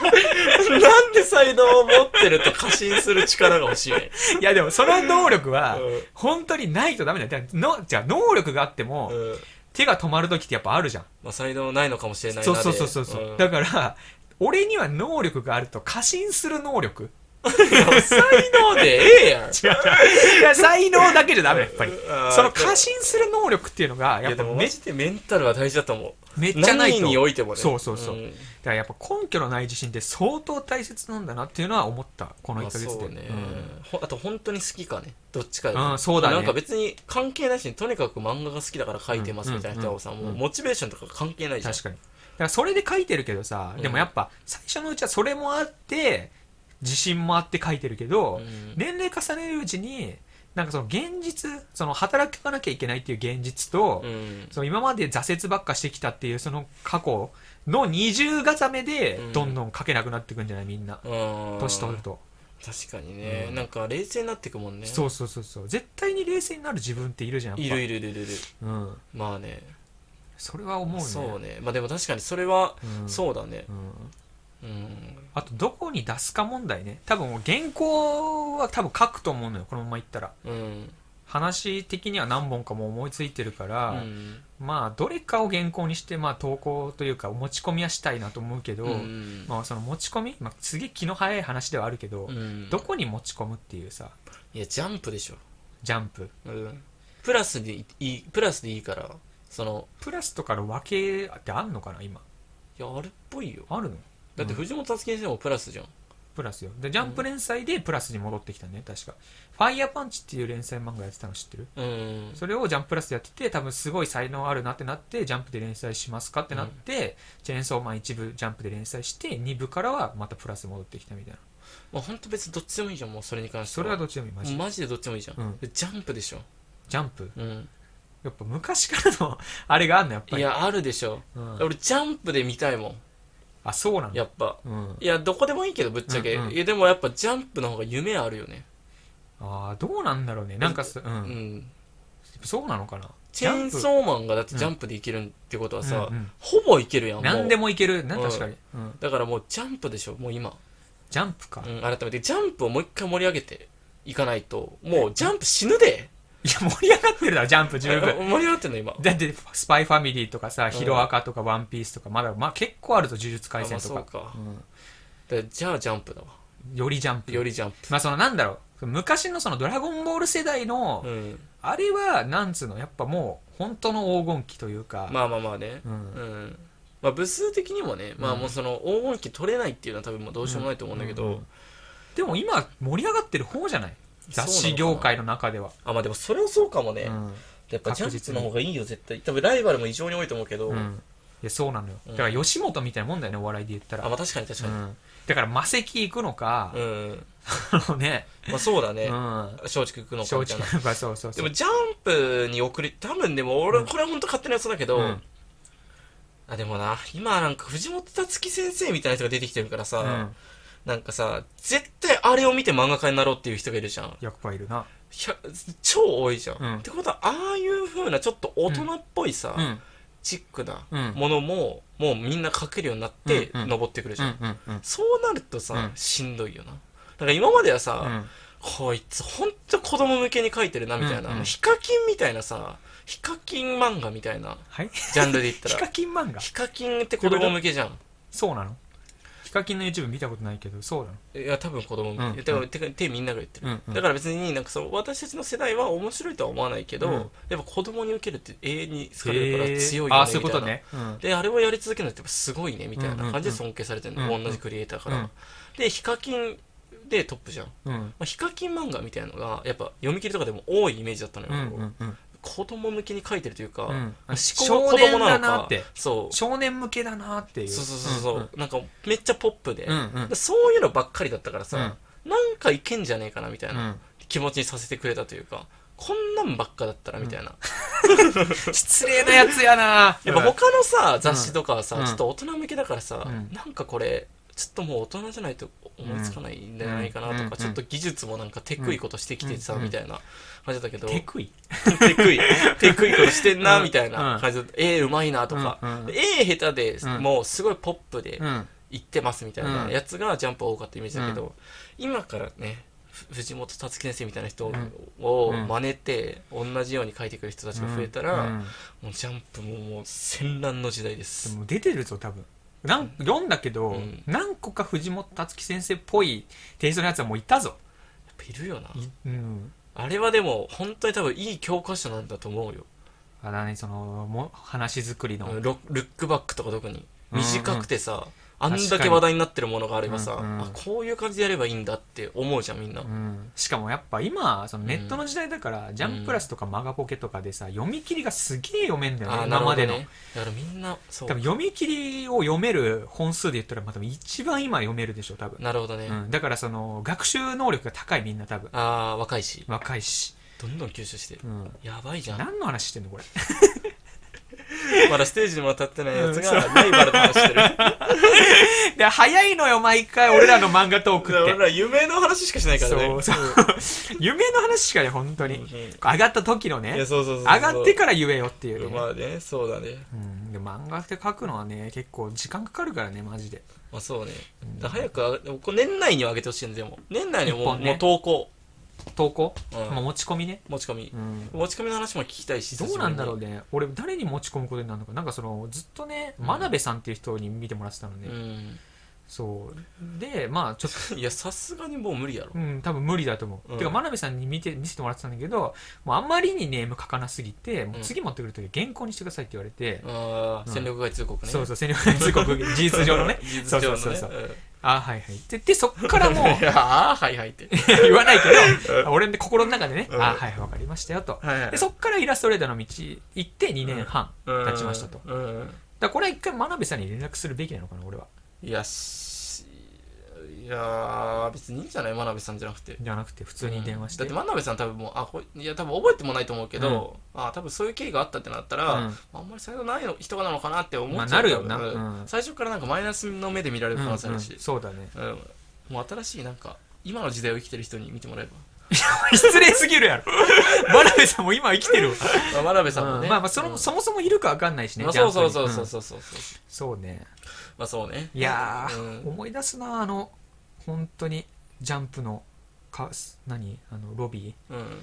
[SPEAKER 2] あなんで才能を持ってると過信する力が欲しいね、
[SPEAKER 1] いやでもその能力は
[SPEAKER 2] うん
[SPEAKER 1] 本当にないとダメだよだからのじゃあ能力があっても
[SPEAKER 2] うん
[SPEAKER 1] 手が止まる時ってやっぱあるじゃん
[SPEAKER 2] まあ、才能ないのかもしれない
[SPEAKER 1] そ
[SPEAKER 2] な
[SPEAKER 1] う
[SPEAKER 2] で
[SPEAKER 1] そうそうそうそう、
[SPEAKER 2] ん
[SPEAKER 1] だから俺には能力があると過信する能力
[SPEAKER 2] 才能でええやん
[SPEAKER 1] 違う違ういや才能だけじゃダメだやっぱり
[SPEAKER 2] あー
[SPEAKER 1] その過信する能力っていうのが
[SPEAKER 2] い
[SPEAKER 1] やっ
[SPEAKER 2] や
[SPEAKER 1] ぱ
[SPEAKER 2] でも
[SPEAKER 1] め
[SPEAKER 2] マジでメンタルは大事だと思う
[SPEAKER 1] めっちゃないと
[SPEAKER 2] 何においてもね
[SPEAKER 1] そうそうそう、
[SPEAKER 2] ん
[SPEAKER 1] だからやっぱ根拠のない自信って相当大切なんだなっていうのは思ったこの1
[SPEAKER 2] まあ
[SPEAKER 1] ヶ月で、
[SPEAKER 2] そうね、
[SPEAKER 1] うん
[SPEAKER 2] ほあと本当に好きかねどっちか
[SPEAKER 1] うんそうだね
[SPEAKER 2] なんか別に関係ないしとにかく漫画が好きだから書いてますみたいな人はさ、
[SPEAKER 1] うんうん
[SPEAKER 2] もう
[SPEAKER 1] うん
[SPEAKER 2] モチベーションとか関係ないじゃん
[SPEAKER 1] 確かにだからそれで書いてるけどさ、
[SPEAKER 2] うん
[SPEAKER 1] でもやっぱ最初のうちはそれもあって自信もあって書いてるけど、
[SPEAKER 2] うん
[SPEAKER 1] 年齢重ねるうちになんかその現実その働かなきゃいけないっていう現実と、
[SPEAKER 2] うん
[SPEAKER 1] その今まで挫折ばっかしてきたっていうその過去の二重固めで
[SPEAKER 2] うん
[SPEAKER 1] どんどん書けなくなってくんじゃないみんな
[SPEAKER 2] うん
[SPEAKER 1] 年取ると、
[SPEAKER 2] 確かにね、
[SPEAKER 1] うん
[SPEAKER 2] なんか冷静になってくもんね
[SPEAKER 1] そうそうそうそう絶対に冷静になる自分っているじゃんやっ
[SPEAKER 2] い
[SPEAKER 1] ぱ
[SPEAKER 2] るいるいるいる
[SPEAKER 1] うん、
[SPEAKER 2] まあね
[SPEAKER 1] それは思うね
[SPEAKER 2] そうねまあでも確かにそれは、
[SPEAKER 1] うん
[SPEAKER 2] そうだね
[SPEAKER 1] うん
[SPEAKER 2] うん
[SPEAKER 1] あとどこに出すか問題ね多分原稿は多分書くと思うのよこのままいったら
[SPEAKER 2] うん、
[SPEAKER 1] 話的には何本かもう思いついてるか
[SPEAKER 2] う
[SPEAKER 1] ら、
[SPEAKER 2] ん
[SPEAKER 1] まあどれかを原稿にしてまあ投稿というか持ち込みはしたいなと思うけど、
[SPEAKER 2] うん
[SPEAKER 1] まあその持ち込み、まあ、すげえ気の早い話ではあるけど、
[SPEAKER 2] うん
[SPEAKER 1] どこに持ち込むっていうさ
[SPEAKER 2] いやジャンプでしょ
[SPEAKER 1] ジャンプ
[SPEAKER 2] うんプラスでいいプラスでいいからその
[SPEAKER 1] プラスとかの分けってあんのかな今
[SPEAKER 2] いやあるっぽいよ
[SPEAKER 1] あるの
[SPEAKER 2] だって藤本達樹先生もプラスじゃん
[SPEAKER 1] プラスよでジャンプ連載でプラスに戻ってきたね確か「ファイヤーパンチっていう連載漫画やってたの知ってる
[SPEAKER 2] うん
[SPEAKER 1] それをジャンププラスでやってて多分すごい才能あるなってなってジャンプで連載しますかってなって、チェーンソーマン一部ジャンプで連載して二部からはまたプラス戻ってきたみたいな
[SPEAKER 2] まあ本当別にどっちでもいいじゃんもうそれに関して
[SPEAKER 1] それはどっちでもいいマジで
[SPEAKER 2] マジでどっちでもいいじゃん、
[SPEAKER 1] うん
[SPEAKER 2] でジャンプでしょ
[SPEAKER 1] ジャンプ
[SPEAKER 2] うん
[SPEAKER 1] やっぱ昔からの [laughs] あれがあんのやっぱ
[SPEAKER 2] い
[SPEAKER 1] り
[SPEAKER 2] やあるでしょ、
[SPEAKER 1] うん
[SPEAKER 2] 俺ジャンプで見たいもん
[SPEAKER 1] あそうなんだ
[SPEAKER 2] やっぱ
[SPEAKER 1] うん、
[SPEAKER 2] いやどこでもいいけどぶっちゃけ、
[SPEAKER 1] うんうん
[SPEAKER 2] いやでもやっぱジャンプの方が夢あるよね
[SPEAKER 1] ああどうなんだろうねなんかす、う
[SPEAKER 2] うんん、
[SPEAKER 1] そうなのかな
[SPEAKER 2] チェーン
[SPEAKER 1] ジャ
[SPEAKER 2] ソーマンがだってジャンプでいけるってことはさ、
[SPEAKER 1] うんうん
[SPEAKER 2] ほぼいけるやん
[SPEAKER 1] プ
[SPEAKER 2] もう
[SPEAKER 1] 何でもいけるな
[SPEAKER 2] うん
[SPEAKER 1] 確かに、うん
[SPEAKER 2] だからもうジャンプでしょもう今、
[SPEAKER 1] ジャンプか、
[SPEAKER 2] うん、改めてジャンプをもう一回盛り上げていかないともうジャンプ死ぬで
[SPEAKER 1] いや盛り上がってるだろジャンプ十
[SPEAKER 2] [laughs] 盛
[SPEAKER 1] 分
[SPEAKER 2] り上がってんの今
[SPEAKER 1] だってスパイファミリーとかさ
[SPEAKER 2] ん
[SPEAKER 1] ヒロアカとかワンピースとかまだまあ結構あるぞ呪術廻戦とか
[SPEAKER 2] あまあそうか
[SPEAKER 1] うん
[SPEAKER 2] だじゃあジャンプだわ
[SPEAKER 1] よりジャンプ
[SPEAKER 2] よりジャンプ
[SPEAKER 1] まあそのなんだろう昔のそのドラゴンボール世代の、
[SPEAKER 2] うん
[SPEAKER 1] あれはなんつうのやっぱもう本当の黄金期というか、
[SPEAKER 2] まあまあまあね
[SPEAKER 1] う
[SPEAKER 2] うん
[SPEAKER 1] ん、
[SPEAKER 2] まあ部数的にもねまあ
[SPEAKER 1] うん
[SPEAKER 2] もうその黄金期取れないっていうのは多分もうどうしようもないと思うんだけど、
[SPEAKER 1] うんでも今盛り上がってる方じゃない雑誌業界の中では、
[SPEAKER 2] あまあでもそれはそうかもね、
[SPEAKER 1] うん
[SPEAKER 2] やっぱジ
[SPEAKER 1] 確
[SPEAKER 2] ャンプ
[SPEAKER 1] 実に
[SPEAKER 2] の方がいいよ絶対多分ライバルも異常に多いと思うけど、
[SPEAKER 1] うんいやそうなのよ、
[SPEAKER 2] うん
[SPEAKER 1] だから吉本みたいなもんだよねお笑いで言ったら
[SPEAKER 2] あまあ確かに確かに
[SPEAKER 1] うんだから魔石行くのか
[SPEAKER 2] う、ん、
[SPEAKER 1] あのね、
[SPEAKER 2] まあそうだ
[SPEAKER 1] う
[SPEAKER 2] ね
[SPEAKER 1] ん、
[SPEAKER 2] 松竹行くのか
[SPEAKER 1] 正
[SPEAKER 2] みたい
[SPEAKER 1] 直
[SPEAKER 2] な
[SPEAKER 1] なのかそうそう
[SPEAKER 2] で
[SPEAKER 1] そう
[SPEAKER 2] もジャンプに送り多分でも俺、
[SPEAKER 1] うん
[SPEAKER 2] これは本当勝手なやつだけど、
[SPEAKER 1] うん
[SPEAKER 2] あでもな今なんか藤本達樹先生みたいな人が出てきてるからさ、
[SPEAKER 1] うん、
[SPEAKER 2] なんかさ絶対あれを見て漫画家になろうっていう人がいるじゃん
[SPEAKER 1] やっぱいるな
[SPEAKER 2] ひゃ超多いじゃん、
[SPEAKER 1] うん
[SPEAKER 2] ってことはああいう風なちょっと大人っぽいさ、
[SPEAKER 1] うん
[SPEAKER 2] チックな
[SPEAKER 1] うん
[SPEAKER 2] ものももうみんな書けるようになって
[SPEAKER 1] うんうん
[SPEAKER 2] 登ってくるじ
[SPEAKER 1] う
[SPEAKER 2] ゃん、
[SPEAKER 1] んうんうん
[SPEAKER 2] そうなるとさ、
[SPEAKER 1] うん
[SPEAKER 2] しんどいよなだから今まではさ、
[SPEAKER 1] うん
[SPEAKER 2] こいつほんと子供向けに書いてるなみたいな、
[SPEAKER 1] うんうん
[SPEAKER 2] ヒカキンみたいなさヒカキン漫画みたいな
[SPEAKER 1] はい
[SPEAKER 2] ジャンルで言っ
[SPEAKER 1] [laughs]
[SPEAKER 2] た
[SPEAKER 1] ヒカ
[SPEAKER 2] ら
[SPEAKER 1] キン漫画
[SPEAKER 2] ヒカキンって子供向けじゃん
[SPEAKER 1] そうなのヒカキンの YouTube 見たことないけどそうない
[SPEAKER 2] や多分子供向け、
[SPEAKER 1] うん
[SPEAKER 2] だからてか手みんなが言ってる、
[SPEAKER 1] のうん
[SPEAKER 2] だから別になんかそう私たちの世代は面白いとは思わないけど、
[SPEAKER 1] うん
[SPEAKER 2] やっぱ子供に受けるって永遠に好か
[SPEAKER 1] へ
[SPEAKER 2] れるから
[SPEAKER 1] ー
[SPEAKER 2] 強いよねみたいな、
[SPEAKER 1] あーそういうことねうん
[SPEAKER 2] であれをやり続けるのってやっぱすごいねみたいな感じ
[SPEAKER 1] うんうんう
[SPEAKER 2] で
[SPEAKER 1] ん
[SPEAKER 2] 尊敬されてるの、
[SPEAKER 1] うんうん
[SPEAKER 2] 同じクリエイターから、
[SPEAKER 1] うん
[SPEAKER 2] でヒカキンでトップじゃん、ま
[SPEAKER 1] うん
[SPEAKER 2] あ、ヒカキン漫画みたいなのがやっぱ読み切りとかでも多いイメージだったのよ、
[SPEAKER 1] うんうんうん
[SPEAKER 2] 子供向けに書いてるというか、
[SPEAKER 1] うん
[SPEAKER 2] 思
[SPEAKER 1] あ
[SPEAKER 2] 考が子供な
[SPEAKER 1] 少年だな
[SPEAKER 2] のか
[SPEAKER 1] って
[SPEAKER 2] そう
[SPEAKER 1] 少年向けだなっていう
[SPEAKER 2] そうそうそうそう、なんかめっちゃポップで、
[SPEAKER 1] うんうんうん
[SPEAKER 2] でそういうのばっかりだったからさ、なんかいけんじゃねえかなみたい
[SPEAKER 1] う
[SPEAKER 2] な、
[SPEAKER 1] ん
[SPEAKER 2] 気持ちにさせてくれたというかこんなんばっかだったらみたいな、
[SPEAKER 1] 失礼なやつやな
[SPEAKER 2] [laughs] やっぱ他のさ雑誌とかはさ、
[SPEAKER 1] うん
[SPEAKER 2] ちょっと大人向けだからさ、
[SPEAKER 1] うん
[SPEAKER 2] なんかこれちょっともう大人じゃないと思いつかないんじゃないかなとか、
[SPEAKER 1] うんうん
[SPEAKER 2] ちょっと技術もなんかテクいことしてきてさ、
[SPEAKER 1] うん
[SPEAKER 2] みたいな感じだけど、
[SPEAKER 1] テクイ
[SPEAKER 2] テクいテクいことしてんな、
[SPEAKER 1] うん
[SPEAKER 2] みたいな感じだった絵うまいなとか、
[SPEAKER 1] うんうん
[SPEAKER 2] で絵下手で、
[SPEAKER 1] うん
[SPEAKER 2] もうすごいポップで
[SPEAKER 1] うん
[SPEAKER 2] いってますみたいな
[SPEAKER 1] うん
[SPEAKER 2] やつがジャンプ多かったイメージだけど、
[SPEAKER 1] う
[SPEAKER 2] 今からねふ藤本つ樹先生みたいな人
[SPEAKER 1] うん
[SPEAKER 2] を
[SPEAKER 1] うん
[SPEAKER 2] 真似て同じように書いてくる人たちが増えたら、
[SPEAKER 1] うん
[SPEAKER 2] もうジャンプももう戦乱の時代で。
[SPEAKER 1] ですも出てるぞ多分なん読んだけど、
[SPEAKER 2] うん
[SPEAKER 1] 何個か藤本つ樹先生っぽいテイストのやつはもういたぞ、
[SPEAKER 2] やっぱいるよな。
[SPEAKER 1] いうん、
[SPEAKER 2] あれはでも本当に多分いい教科書なんだと思うよ。
[SPEAKER 1] あだねそのも話作りの、うん
[SPEAKER 2] ロルックバックとか特に。
[SPEAKER 1] うんうん
[SPEAKER 2] 短くてさ、あん
[SPEAKER 1] 確か
[SPEAKER 2] だけ
[SPEAKER 1] に
[SPEAKER 2] 話題になってるものがあればさ、
[SPEAKER 1] うんうん
[SPEAKER 2] あこういう感じでやればいいんだって思うじゃんみんな。
[SPEAKER 1] しかもやっぱ今そのネットの時代だから、ジャンププラスとかマガポケとかでさ読み切りがすげえ読めんだよね、
[SPEAKER 2] あーな
[SPEAKER 1] 今
[SPEAKER 2] る
[SPEAKER 1] ま
[SPEAKER 2] ほ
[SPEAKER 1] で
[SPEAKER 2] ど
[SPEAKER 1] の、
[SPEAKER 2] ね。だからみんな、そ
[SPEAKER 1] 多分
[SPEAKER 2] う。
[SPEAKER 1] 読み切りを読める本数で言ったら、まあ、多分一番今読めるでしょ多分、
[SPEAKER 2] なるほどね。
[SPEAKER 1] うん、だからその学習能力が高いみんな多分
[SPEAKER 2] ああー、若いし。
[SPEAKER 1] 若いし、
[SPEAKER 2] どんどん吸収してる。
[SPEAKER 1] うん、
[SPEAKER 2] やばいじゃん。
[SPEAKER 1] 何の話してんのこれ [laughs]
[SPEAKER 2] まだステージにも立ってないやつ
[SPEAKER 1] うん
[SPEAKER 2] がライバルと話してる。
[SPEAKER 1] で早いのよ毎回俺らの漫画トー
[SPEAKER 2] [laughs]
[SPEAKER 1] クって
[SPEAKER 2] 俺ら夢の話しかしないからね。
[SPEAKER 1] そうそう夢の話しかね本当に、
[SPEAKER 2] うんうん
[SPEAKER 1] 上がった時のね
[SPEAKER 2] いや、そうそうそうそう。
[SPEAKER 1] 上がってから言えよっていうね、
[SPEAKER 2] まあね、そうだね。
[SPEAKER 1] うん、で漫画って書くのはね結構時間かかるからねマジで
[SPEAKER 2] まあそうね。だから早く上げ、でもこれ年内には上げてほしいんで、もう年内には
[SPEAKER 1] 一
[SPEAKER 2] もう,、
[SPEAKER 1] 本ね
[SPEAKER 2] もう投稿、
[SPEAKER 1] 投稿、
[SPEAKER 2] うん
[SPEAKER 1] まあ、持ち込みね、
[SPEAKER 2] 持ち込み
[SPEAKER 1] う。ん、
[SPEAKER 2] 持ち込みの話も聞きたいし、
[SPEAKER 1] どうなんだろう
[SPEAKER 2] ね。
[SPEAKER 1] ね俺誰に持ち込むことになるのかなんかそのずっとね真鍋さんっていう人に見てもらってたのね、
[SPEAKER 2] う
[SPEAKER 1] そうでまあちょっと
[SPEAKER 2] ん。いや、さすがにもう無理やろ。
[SPEAKER 1] うん、多分無理だと思う。
[SPEAKER 2] うん
[SPEAKER 1] てか、真鍋さんに見て見せてもらってたんだけど、もうあんまりにネーム書かなすぎて、もう次持ってくるとき原稿にしてくださいって言われて、
[SPEAKER 2] ああ、
[SPEAKER 1] うん
[SPEAKER 2] 戦力外通告ね。。
[SPEAKER 1] そうそう、戦力外通告、事実上のね
[SPEAKER 2] 事
[SPEAKER 1] そ
[SPEAKER 2] 実
[SPEAKER 1] う
[SPEAKER 2] 上
[SPEAKER 1] そ
[SPEAKER 2] の
[SPEAKER 1] う
[SPEAKER 2] ね。
[SPEAKER 1] そうそう。
[SPEAKER 2] うん
[SPEAKER 1] あはいはい。って言って、そっからもう
[SPEAKER 2] い、や [laughs] あーはいはいって。
[SPEAKER 1] [laughs] 言わないけど、俺の心の中でね、
[SPEAKER 2] うん
[SPEAKER 1] あはいはい、わかりましたよと。
[SPEAKER 2] はいはい
[SPEAKER 1] で、そっからイラストレーターの道行って2年半経ちましたと。だか
[SPEAKER 2] うんうん
[SPEAKER 1] らこれは一回真鍋さんに連絡するべきなのかな、俺は。
[SPEAKER 2] いや、しいやー別にいいんじゃない真鍋さんじゃなくて。
[SPEAKER 1] じゃなくて、普通に電話して。
[SPEAKER 2] うんだって真鍋さん多分もうあこれいや多分覚えてもないと思うけど、あ多分そういう経緯があったってなったら、
[SPEAKER 1] うん
[SPEAKER 2] あんまり才能ないの人なのかなって思っちゃう、
[SPEAKER 1] まあなるよな
[SPEAKER 2] 多分
[SPEAKER 1] うん
[SPEAKER 2] 最初からなんかマイナスの目で見られる可能性あ
[SPEAKER 1] うんう
[SPEAKER 2] る
[SPEAKER 1] ん
[SPEAKER 2] し、
[SPEAKER 1] そうだね。 [laughs]
[SPEAKER 2] うんもう新しいなんか今の時代を生きてる人に見てもらえ
[SPEAKER 1] 失礼すぎるやろ。 [laughs] 真鍋さんも今生きてるわ。
[SPEAKER 2] ば、まあ、真鍋さんも
[SPEAKER 1] う
[SPEAKER 2] ね、
[SPEAKER 1] んまあまあその、
[SPEAKER 2] うん
[SPEAKER 1] そもそもいるかわかんないしね、
[SPEAKER 2] まあ
[SPEAKER 1] ジャ
[SPEAKER 2] そ
[SPEAKER 1] ン
[SPEAKER 2] う
[SPEAKER 1] プ
[SPEAKER 2] そ
[SPEAKER 1] に
[SPEAKER 2] うそうそうんそうそうそう
[SPEAKER 1] そうね
[SPEAKER 2] まあそうね
[SPEAKER 1] いやー、
[SPEAKER 2] うん
[SPEAKER 1] 思い出すなあの本当にジャンプのかす何あのロビー
[SPEAKER 2] うん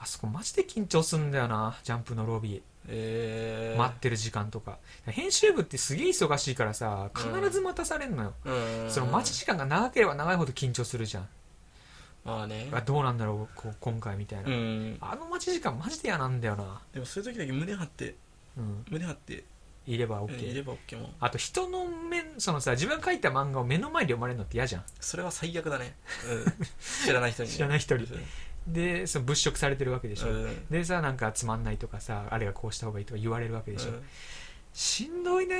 [SPEAKER 1] あそこマジで緊張すんだよなジャンプのロビ
[SPEAKER 2] え
[SPEAKER 1] ー
[SPEAKER 2] ー、
[SPEAKER 1] 待ってる時間とか編集部ってすげえ忙しいからさ必ず待たされるのよ、
[SPEAKER 2] うん
[SPEAKER 1] その待ち時間が長ければ長いほど緊張するじゃん、
[SPEAKER 2] まあね
[SPEAKER 1] あどうなんだろうこう今回みたいな、
[SPEAKER 2] うん
[SPEAKER 1] あの待ち時間マジで嫌なんだよな、
[SPEAKER 2] でもそういう時だけ胸張って
[SPEAKER 1] うん、
[SPEAKER 2] 胸張って、
[SPEAKER 1] いれば
[SPEAKER 2] うんいれ
[SPEAKER 1] OK
[SPEAKER 2] ば OK もう
[SPEAKER 1] あと人の面そのさ自分が書いた漫画を目の前で読まれるのって嫌じゃん
[SPEAKER 2] それは最悪だね、うん、知らない人に
[SPEAKER 1] 知らない人に
[SPEAKER 2] うん
[SPEAKER 1] でその物色されてるわけでしょ、
[SPEAKER 2] うん
[SPEAKER 1] でさなんかつまんないとかさあれがこうした方がいいとか言われるわけでしょ、
[SPEAKER 2] うん
[SPEAKER 1] しんどいね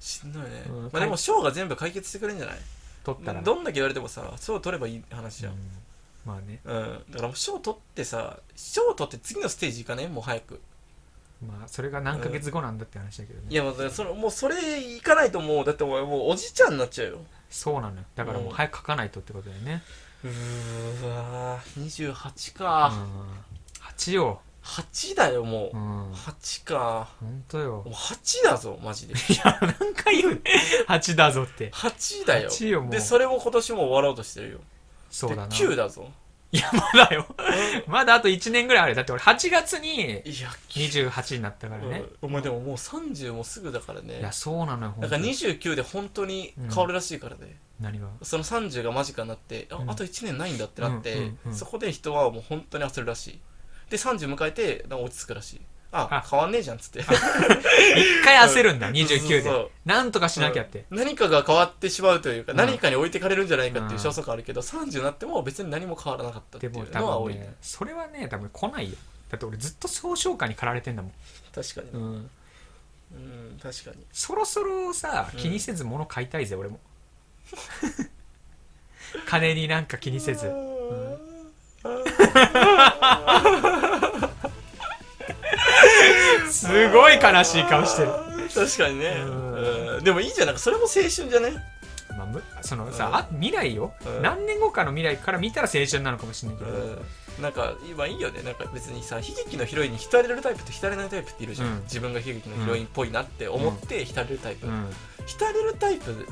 [SPEAKER 2] しんどいね、
[SPEAKER 1] うん
[SPEAKER 2] まあ、でも賞が全部解決してくれるんじゃない
[SPEAKER 1] 取ったら
[SPEAKER 2] どんだけ言われてもさ賞取ればいい話じゃん、
[SPEAKER 1] う
[SPEAKER 2] うん
[SPEAKER 1] んまあね
[SPEAKER 2] だからもう賞取ってさ賞取って次のステージ行かねもう早く
[SPEAKER 1] まあそれが何ヶ月後なんだって話だけどね、
[SPEAKER 2] いやもうだからそのもうそれ行かないともうだってお前もうおじちゃんになっちゃうよ
[SPEAKER 1] そうなのよだからもう
[SPEAKER 2] うん
[SPEAKER 1] 早く書かないとってことだよね、
[SPEAKER 2] うーわー28か、
[SPEAKER 1] 8よ、
[SPEAKER 2] 8だよも
[SPEAKER 1] う
[SPEAKER 2] う、
[SPEAKER 1] ん、
[SPEAKER 2] 8か
[SPEAKER 1] 本当よ
[SPEAKER 2] もう8だぞマジ [laughs] で
[SPEAKER 1] いや何回言うね8だぞって
[SPEAKER 2] 8だよ
[SPEAKER 1] 8よもう
[SPEAKER 2] でそれを今年も終わろうとしてるよ
[SPEAKER 1] そうだな
[SPEAKER 2] で9だ [laughs] ぞ
[SPEAKER 1] いやまだよまだあと1年ぐらいあるよだって俺8月に
[SPEAKER 2] いや
[SPEAKER 1] 28になったからね、
[SPEAKER 2] うんお前でももう30もすぐだから
[SPEAKER 1] いや
[SPEAKER 2] ね
[SPEAKER 1] そうなのよほ
[SPEAKER 2] だ
[SPEAKER 1] ん
[SPEAKER 2] か
[SPEAKER 1] と
[SPEAKER 2] ら
[SPEAKER 1] に
[SPEAKER 2] 29で本当に変わるらしいからね、
[SPEAKER 1] 何が
[SPEAKER 2] その30が間近になってあ,、
[SPEAKER 1] うん
[SPEAKER 2] あと1年ないんだってなって、
[SPEAKER 1] うんうんうん
[SPEAKER 2] そこで人はもう本当に焦るらしいで30迎えてなんか落ち着くらしいあ
[SPEAKER 1] あ
[SPEAKER 2] 変わんねえじゃんっつって
[SPEAKER 1] 一回焦るんだ
[SPEAKER 2] そう
[SPEAKER 1] 29
[SPEAKER 2] そうそ
[SPEAKER 1] で
[SPEAKER 2] う
[SPEAKER 1] なんとかしなきゃって、
[SPEAKER 2] [laughs] 何かが変わってしまうというか、
[SPEAKER 1] うん
[SPEAKER 2] 何かに置いてかれるんじゃないかっていう消息があるけど、30になっても別に何も変わらなかったってい
[SPEAKER 1] でも
[SPEAKER 2] うのは
[SPEAKER 1] 多
[SPEAKER 2] 多
[SPEAKER 1] 分、
[SPEAKER 2] い、
[SPEAKER 1] ね、それはね多分来ないよだって俺ずっと総称感に駆られてんだもん、
[SPEAKER 2] 確かに
[SPEAKER 1] うん、
[SPEAKER 2] うん確かに
[SPEAKER 1] そろそろさ
[SPEAKER 2] うん
[SPEAKER 1] 気にせず物買いたいぜ、俺
[SPEAKER 2] [laughs]
[SPEAKER 1] も金になんか気にせずすごい悲しい顔してる、
[SPEAKER 2] [laughs] 確かにね、
[SPEAKER 1] うん
[SPEAKER 2] うんでもいいじゃんなんかそれも青春じゃね
[SPEAKER 1] まあむ、その
[SPEAKER 2] う
[SPEAKER 1] さ
[SPEAKER 2] ん
[SPEAKER 1] あ未来よ、
[SPEAKER 2] うん
[SPEAKER 1] 何年後かの未来から見たら青春なのかもしれないけど、
[SPEAKER 2] うんなんか今いいよねなんか別にさ悲劇のヒロインに浸れるタイプと浸れないタイプっているじゃん、
[SPEAKER 1] うん
[SPEAKER 2] 自分が悲劇のヒロインっぽいなって思って浸れるタイプ、
[SPEAKER 1] うんうん
[SPEAKER 2] 浸れるタイプ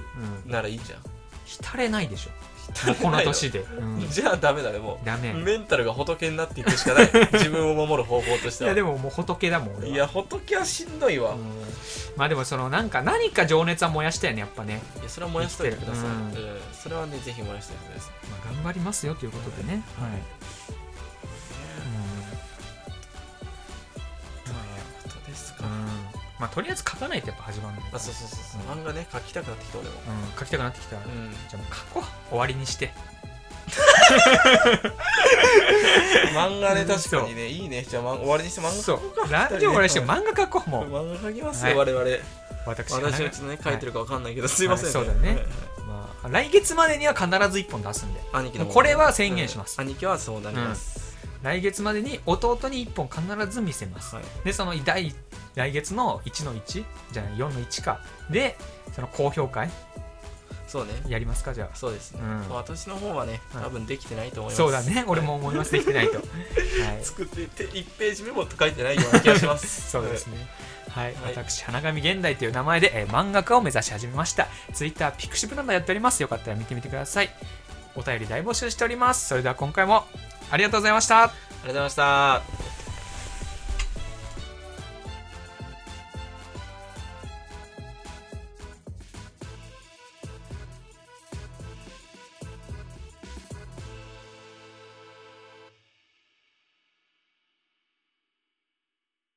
[SPEAKER 2] ならいいじゃん
[SPEAKER 1] 浸れないでしょ
[SPEAKER 2] [laughs] 浸れ
[SPEAKER 1] もうこの
[SPEAKER 2] ないよ
[SPEAKER 1] 年で、
[SPEAKER 2] [laughs]
[SPEAKER 1] うん
[SPEAKER 2] じゃあダメだねも
[SPEAKER 1] ダメ
[SPEAKER 2] うメンタルが仏になっていくし
[SPEAKER 1] [laughs]
[SPEAKER 2] かない自分を守る方法とし
[SPEAKER 1] い
[SPEAKER 2] ては
[SPEAKER 1] やでももう仏だもん俺はい
[SPEAKER 2] や仏はしんどいわ、
[SPEAKER 1] う
[SPEAKER 2] い
[SPEAKER 1] んまあでもそのなんか何か情熱は燃やしたよねやっぱね、
[SPEAKER 2] やそれは燃やしといてください、
[SPEAKER 1] うん
[SPEAKER 2] うんそれはねぜひ燃やしてください
[SPEAKER 1] まあ、頑張りますよということでねはい、うんまあね
[SPEAKER 2] ということです
[SPEAKER 1] う
[SPEAKER 2] か、
[SPEAKER 1] んまあとりあえず書かないとやっぱ始まんない
[SPEAKER 2] あそうそうそうそう漫画ね書きたくなってきた俺も
[SPEAKER 1] うん、書きたくなってきた、
[SPEAKER 2] う
[SPEAKER 1] じ
[SPEAKER 2] ん
[SPEAKER 1] ゃあもう書こう終わりにして
[SPEAKER 2] 漫画ね確かにねいいねじゃあまん終わりにして漫画
[SPEAKER 1] そう
[SPEAKER 2] 書こうか
[SPEAKER 1] ラジオ終わりにして漫画書こうもう
[SPEAKER 2] 漫画書きます
[SPEAKER 1] はい
[SPEAKER 2] よ、我々
[SPEAKER 1] 私がね
[SPEAKER 2] 私はちょっとね書いてるかわかんないけど、すいません、
[SPEAKER 1] そうだね
[SPEAKER 2] はいはい
[SPEAKER 1] まあ、来月までには必ず1本出すんで
[SPEAKER 2] 兄貴の
[SPEAKER 1] もうこれは宣言します
[SPEAKER 2] うん兄貴はそうなります、
[SPEAKER 1] 来月までに弟に1本必ず見せます、
[SPEAKER 2] はい
[SPEAKER 1] でその第来月の1の1じゃない4の1かでその高評価
[SPEAKER 2] そうね
[SPEAKER 1] やりますかじゃあ
[SPEAKER 2] そうですね、
[SPEAKER 1] うん
[SPEAKER 2] まあ私の方はね
[SPEAKER 1] はい
[SPEAKER 2] 多分できてないと思います、
[SPEAKER 1] そうだね俺も思いますできてない
[SPEAKER 2] [laughs]
[SPEAKER 1] と、はい、
[SPEAKER 2] 作ってて1ページ目も書いてないような気がします
[SPEAKER 1] [laughs] そうですねはい、
[SPEAKER 2] はい
[SPEAKER 1] 私花神現代という名前で、えー漫画家を目指し始めましたツイッターピクシブなどやっておりますよかったら見てみてくださいお便り大募集しておりますそれでは今回もありがとうございました
[SPEAKER 2] ありがとうございました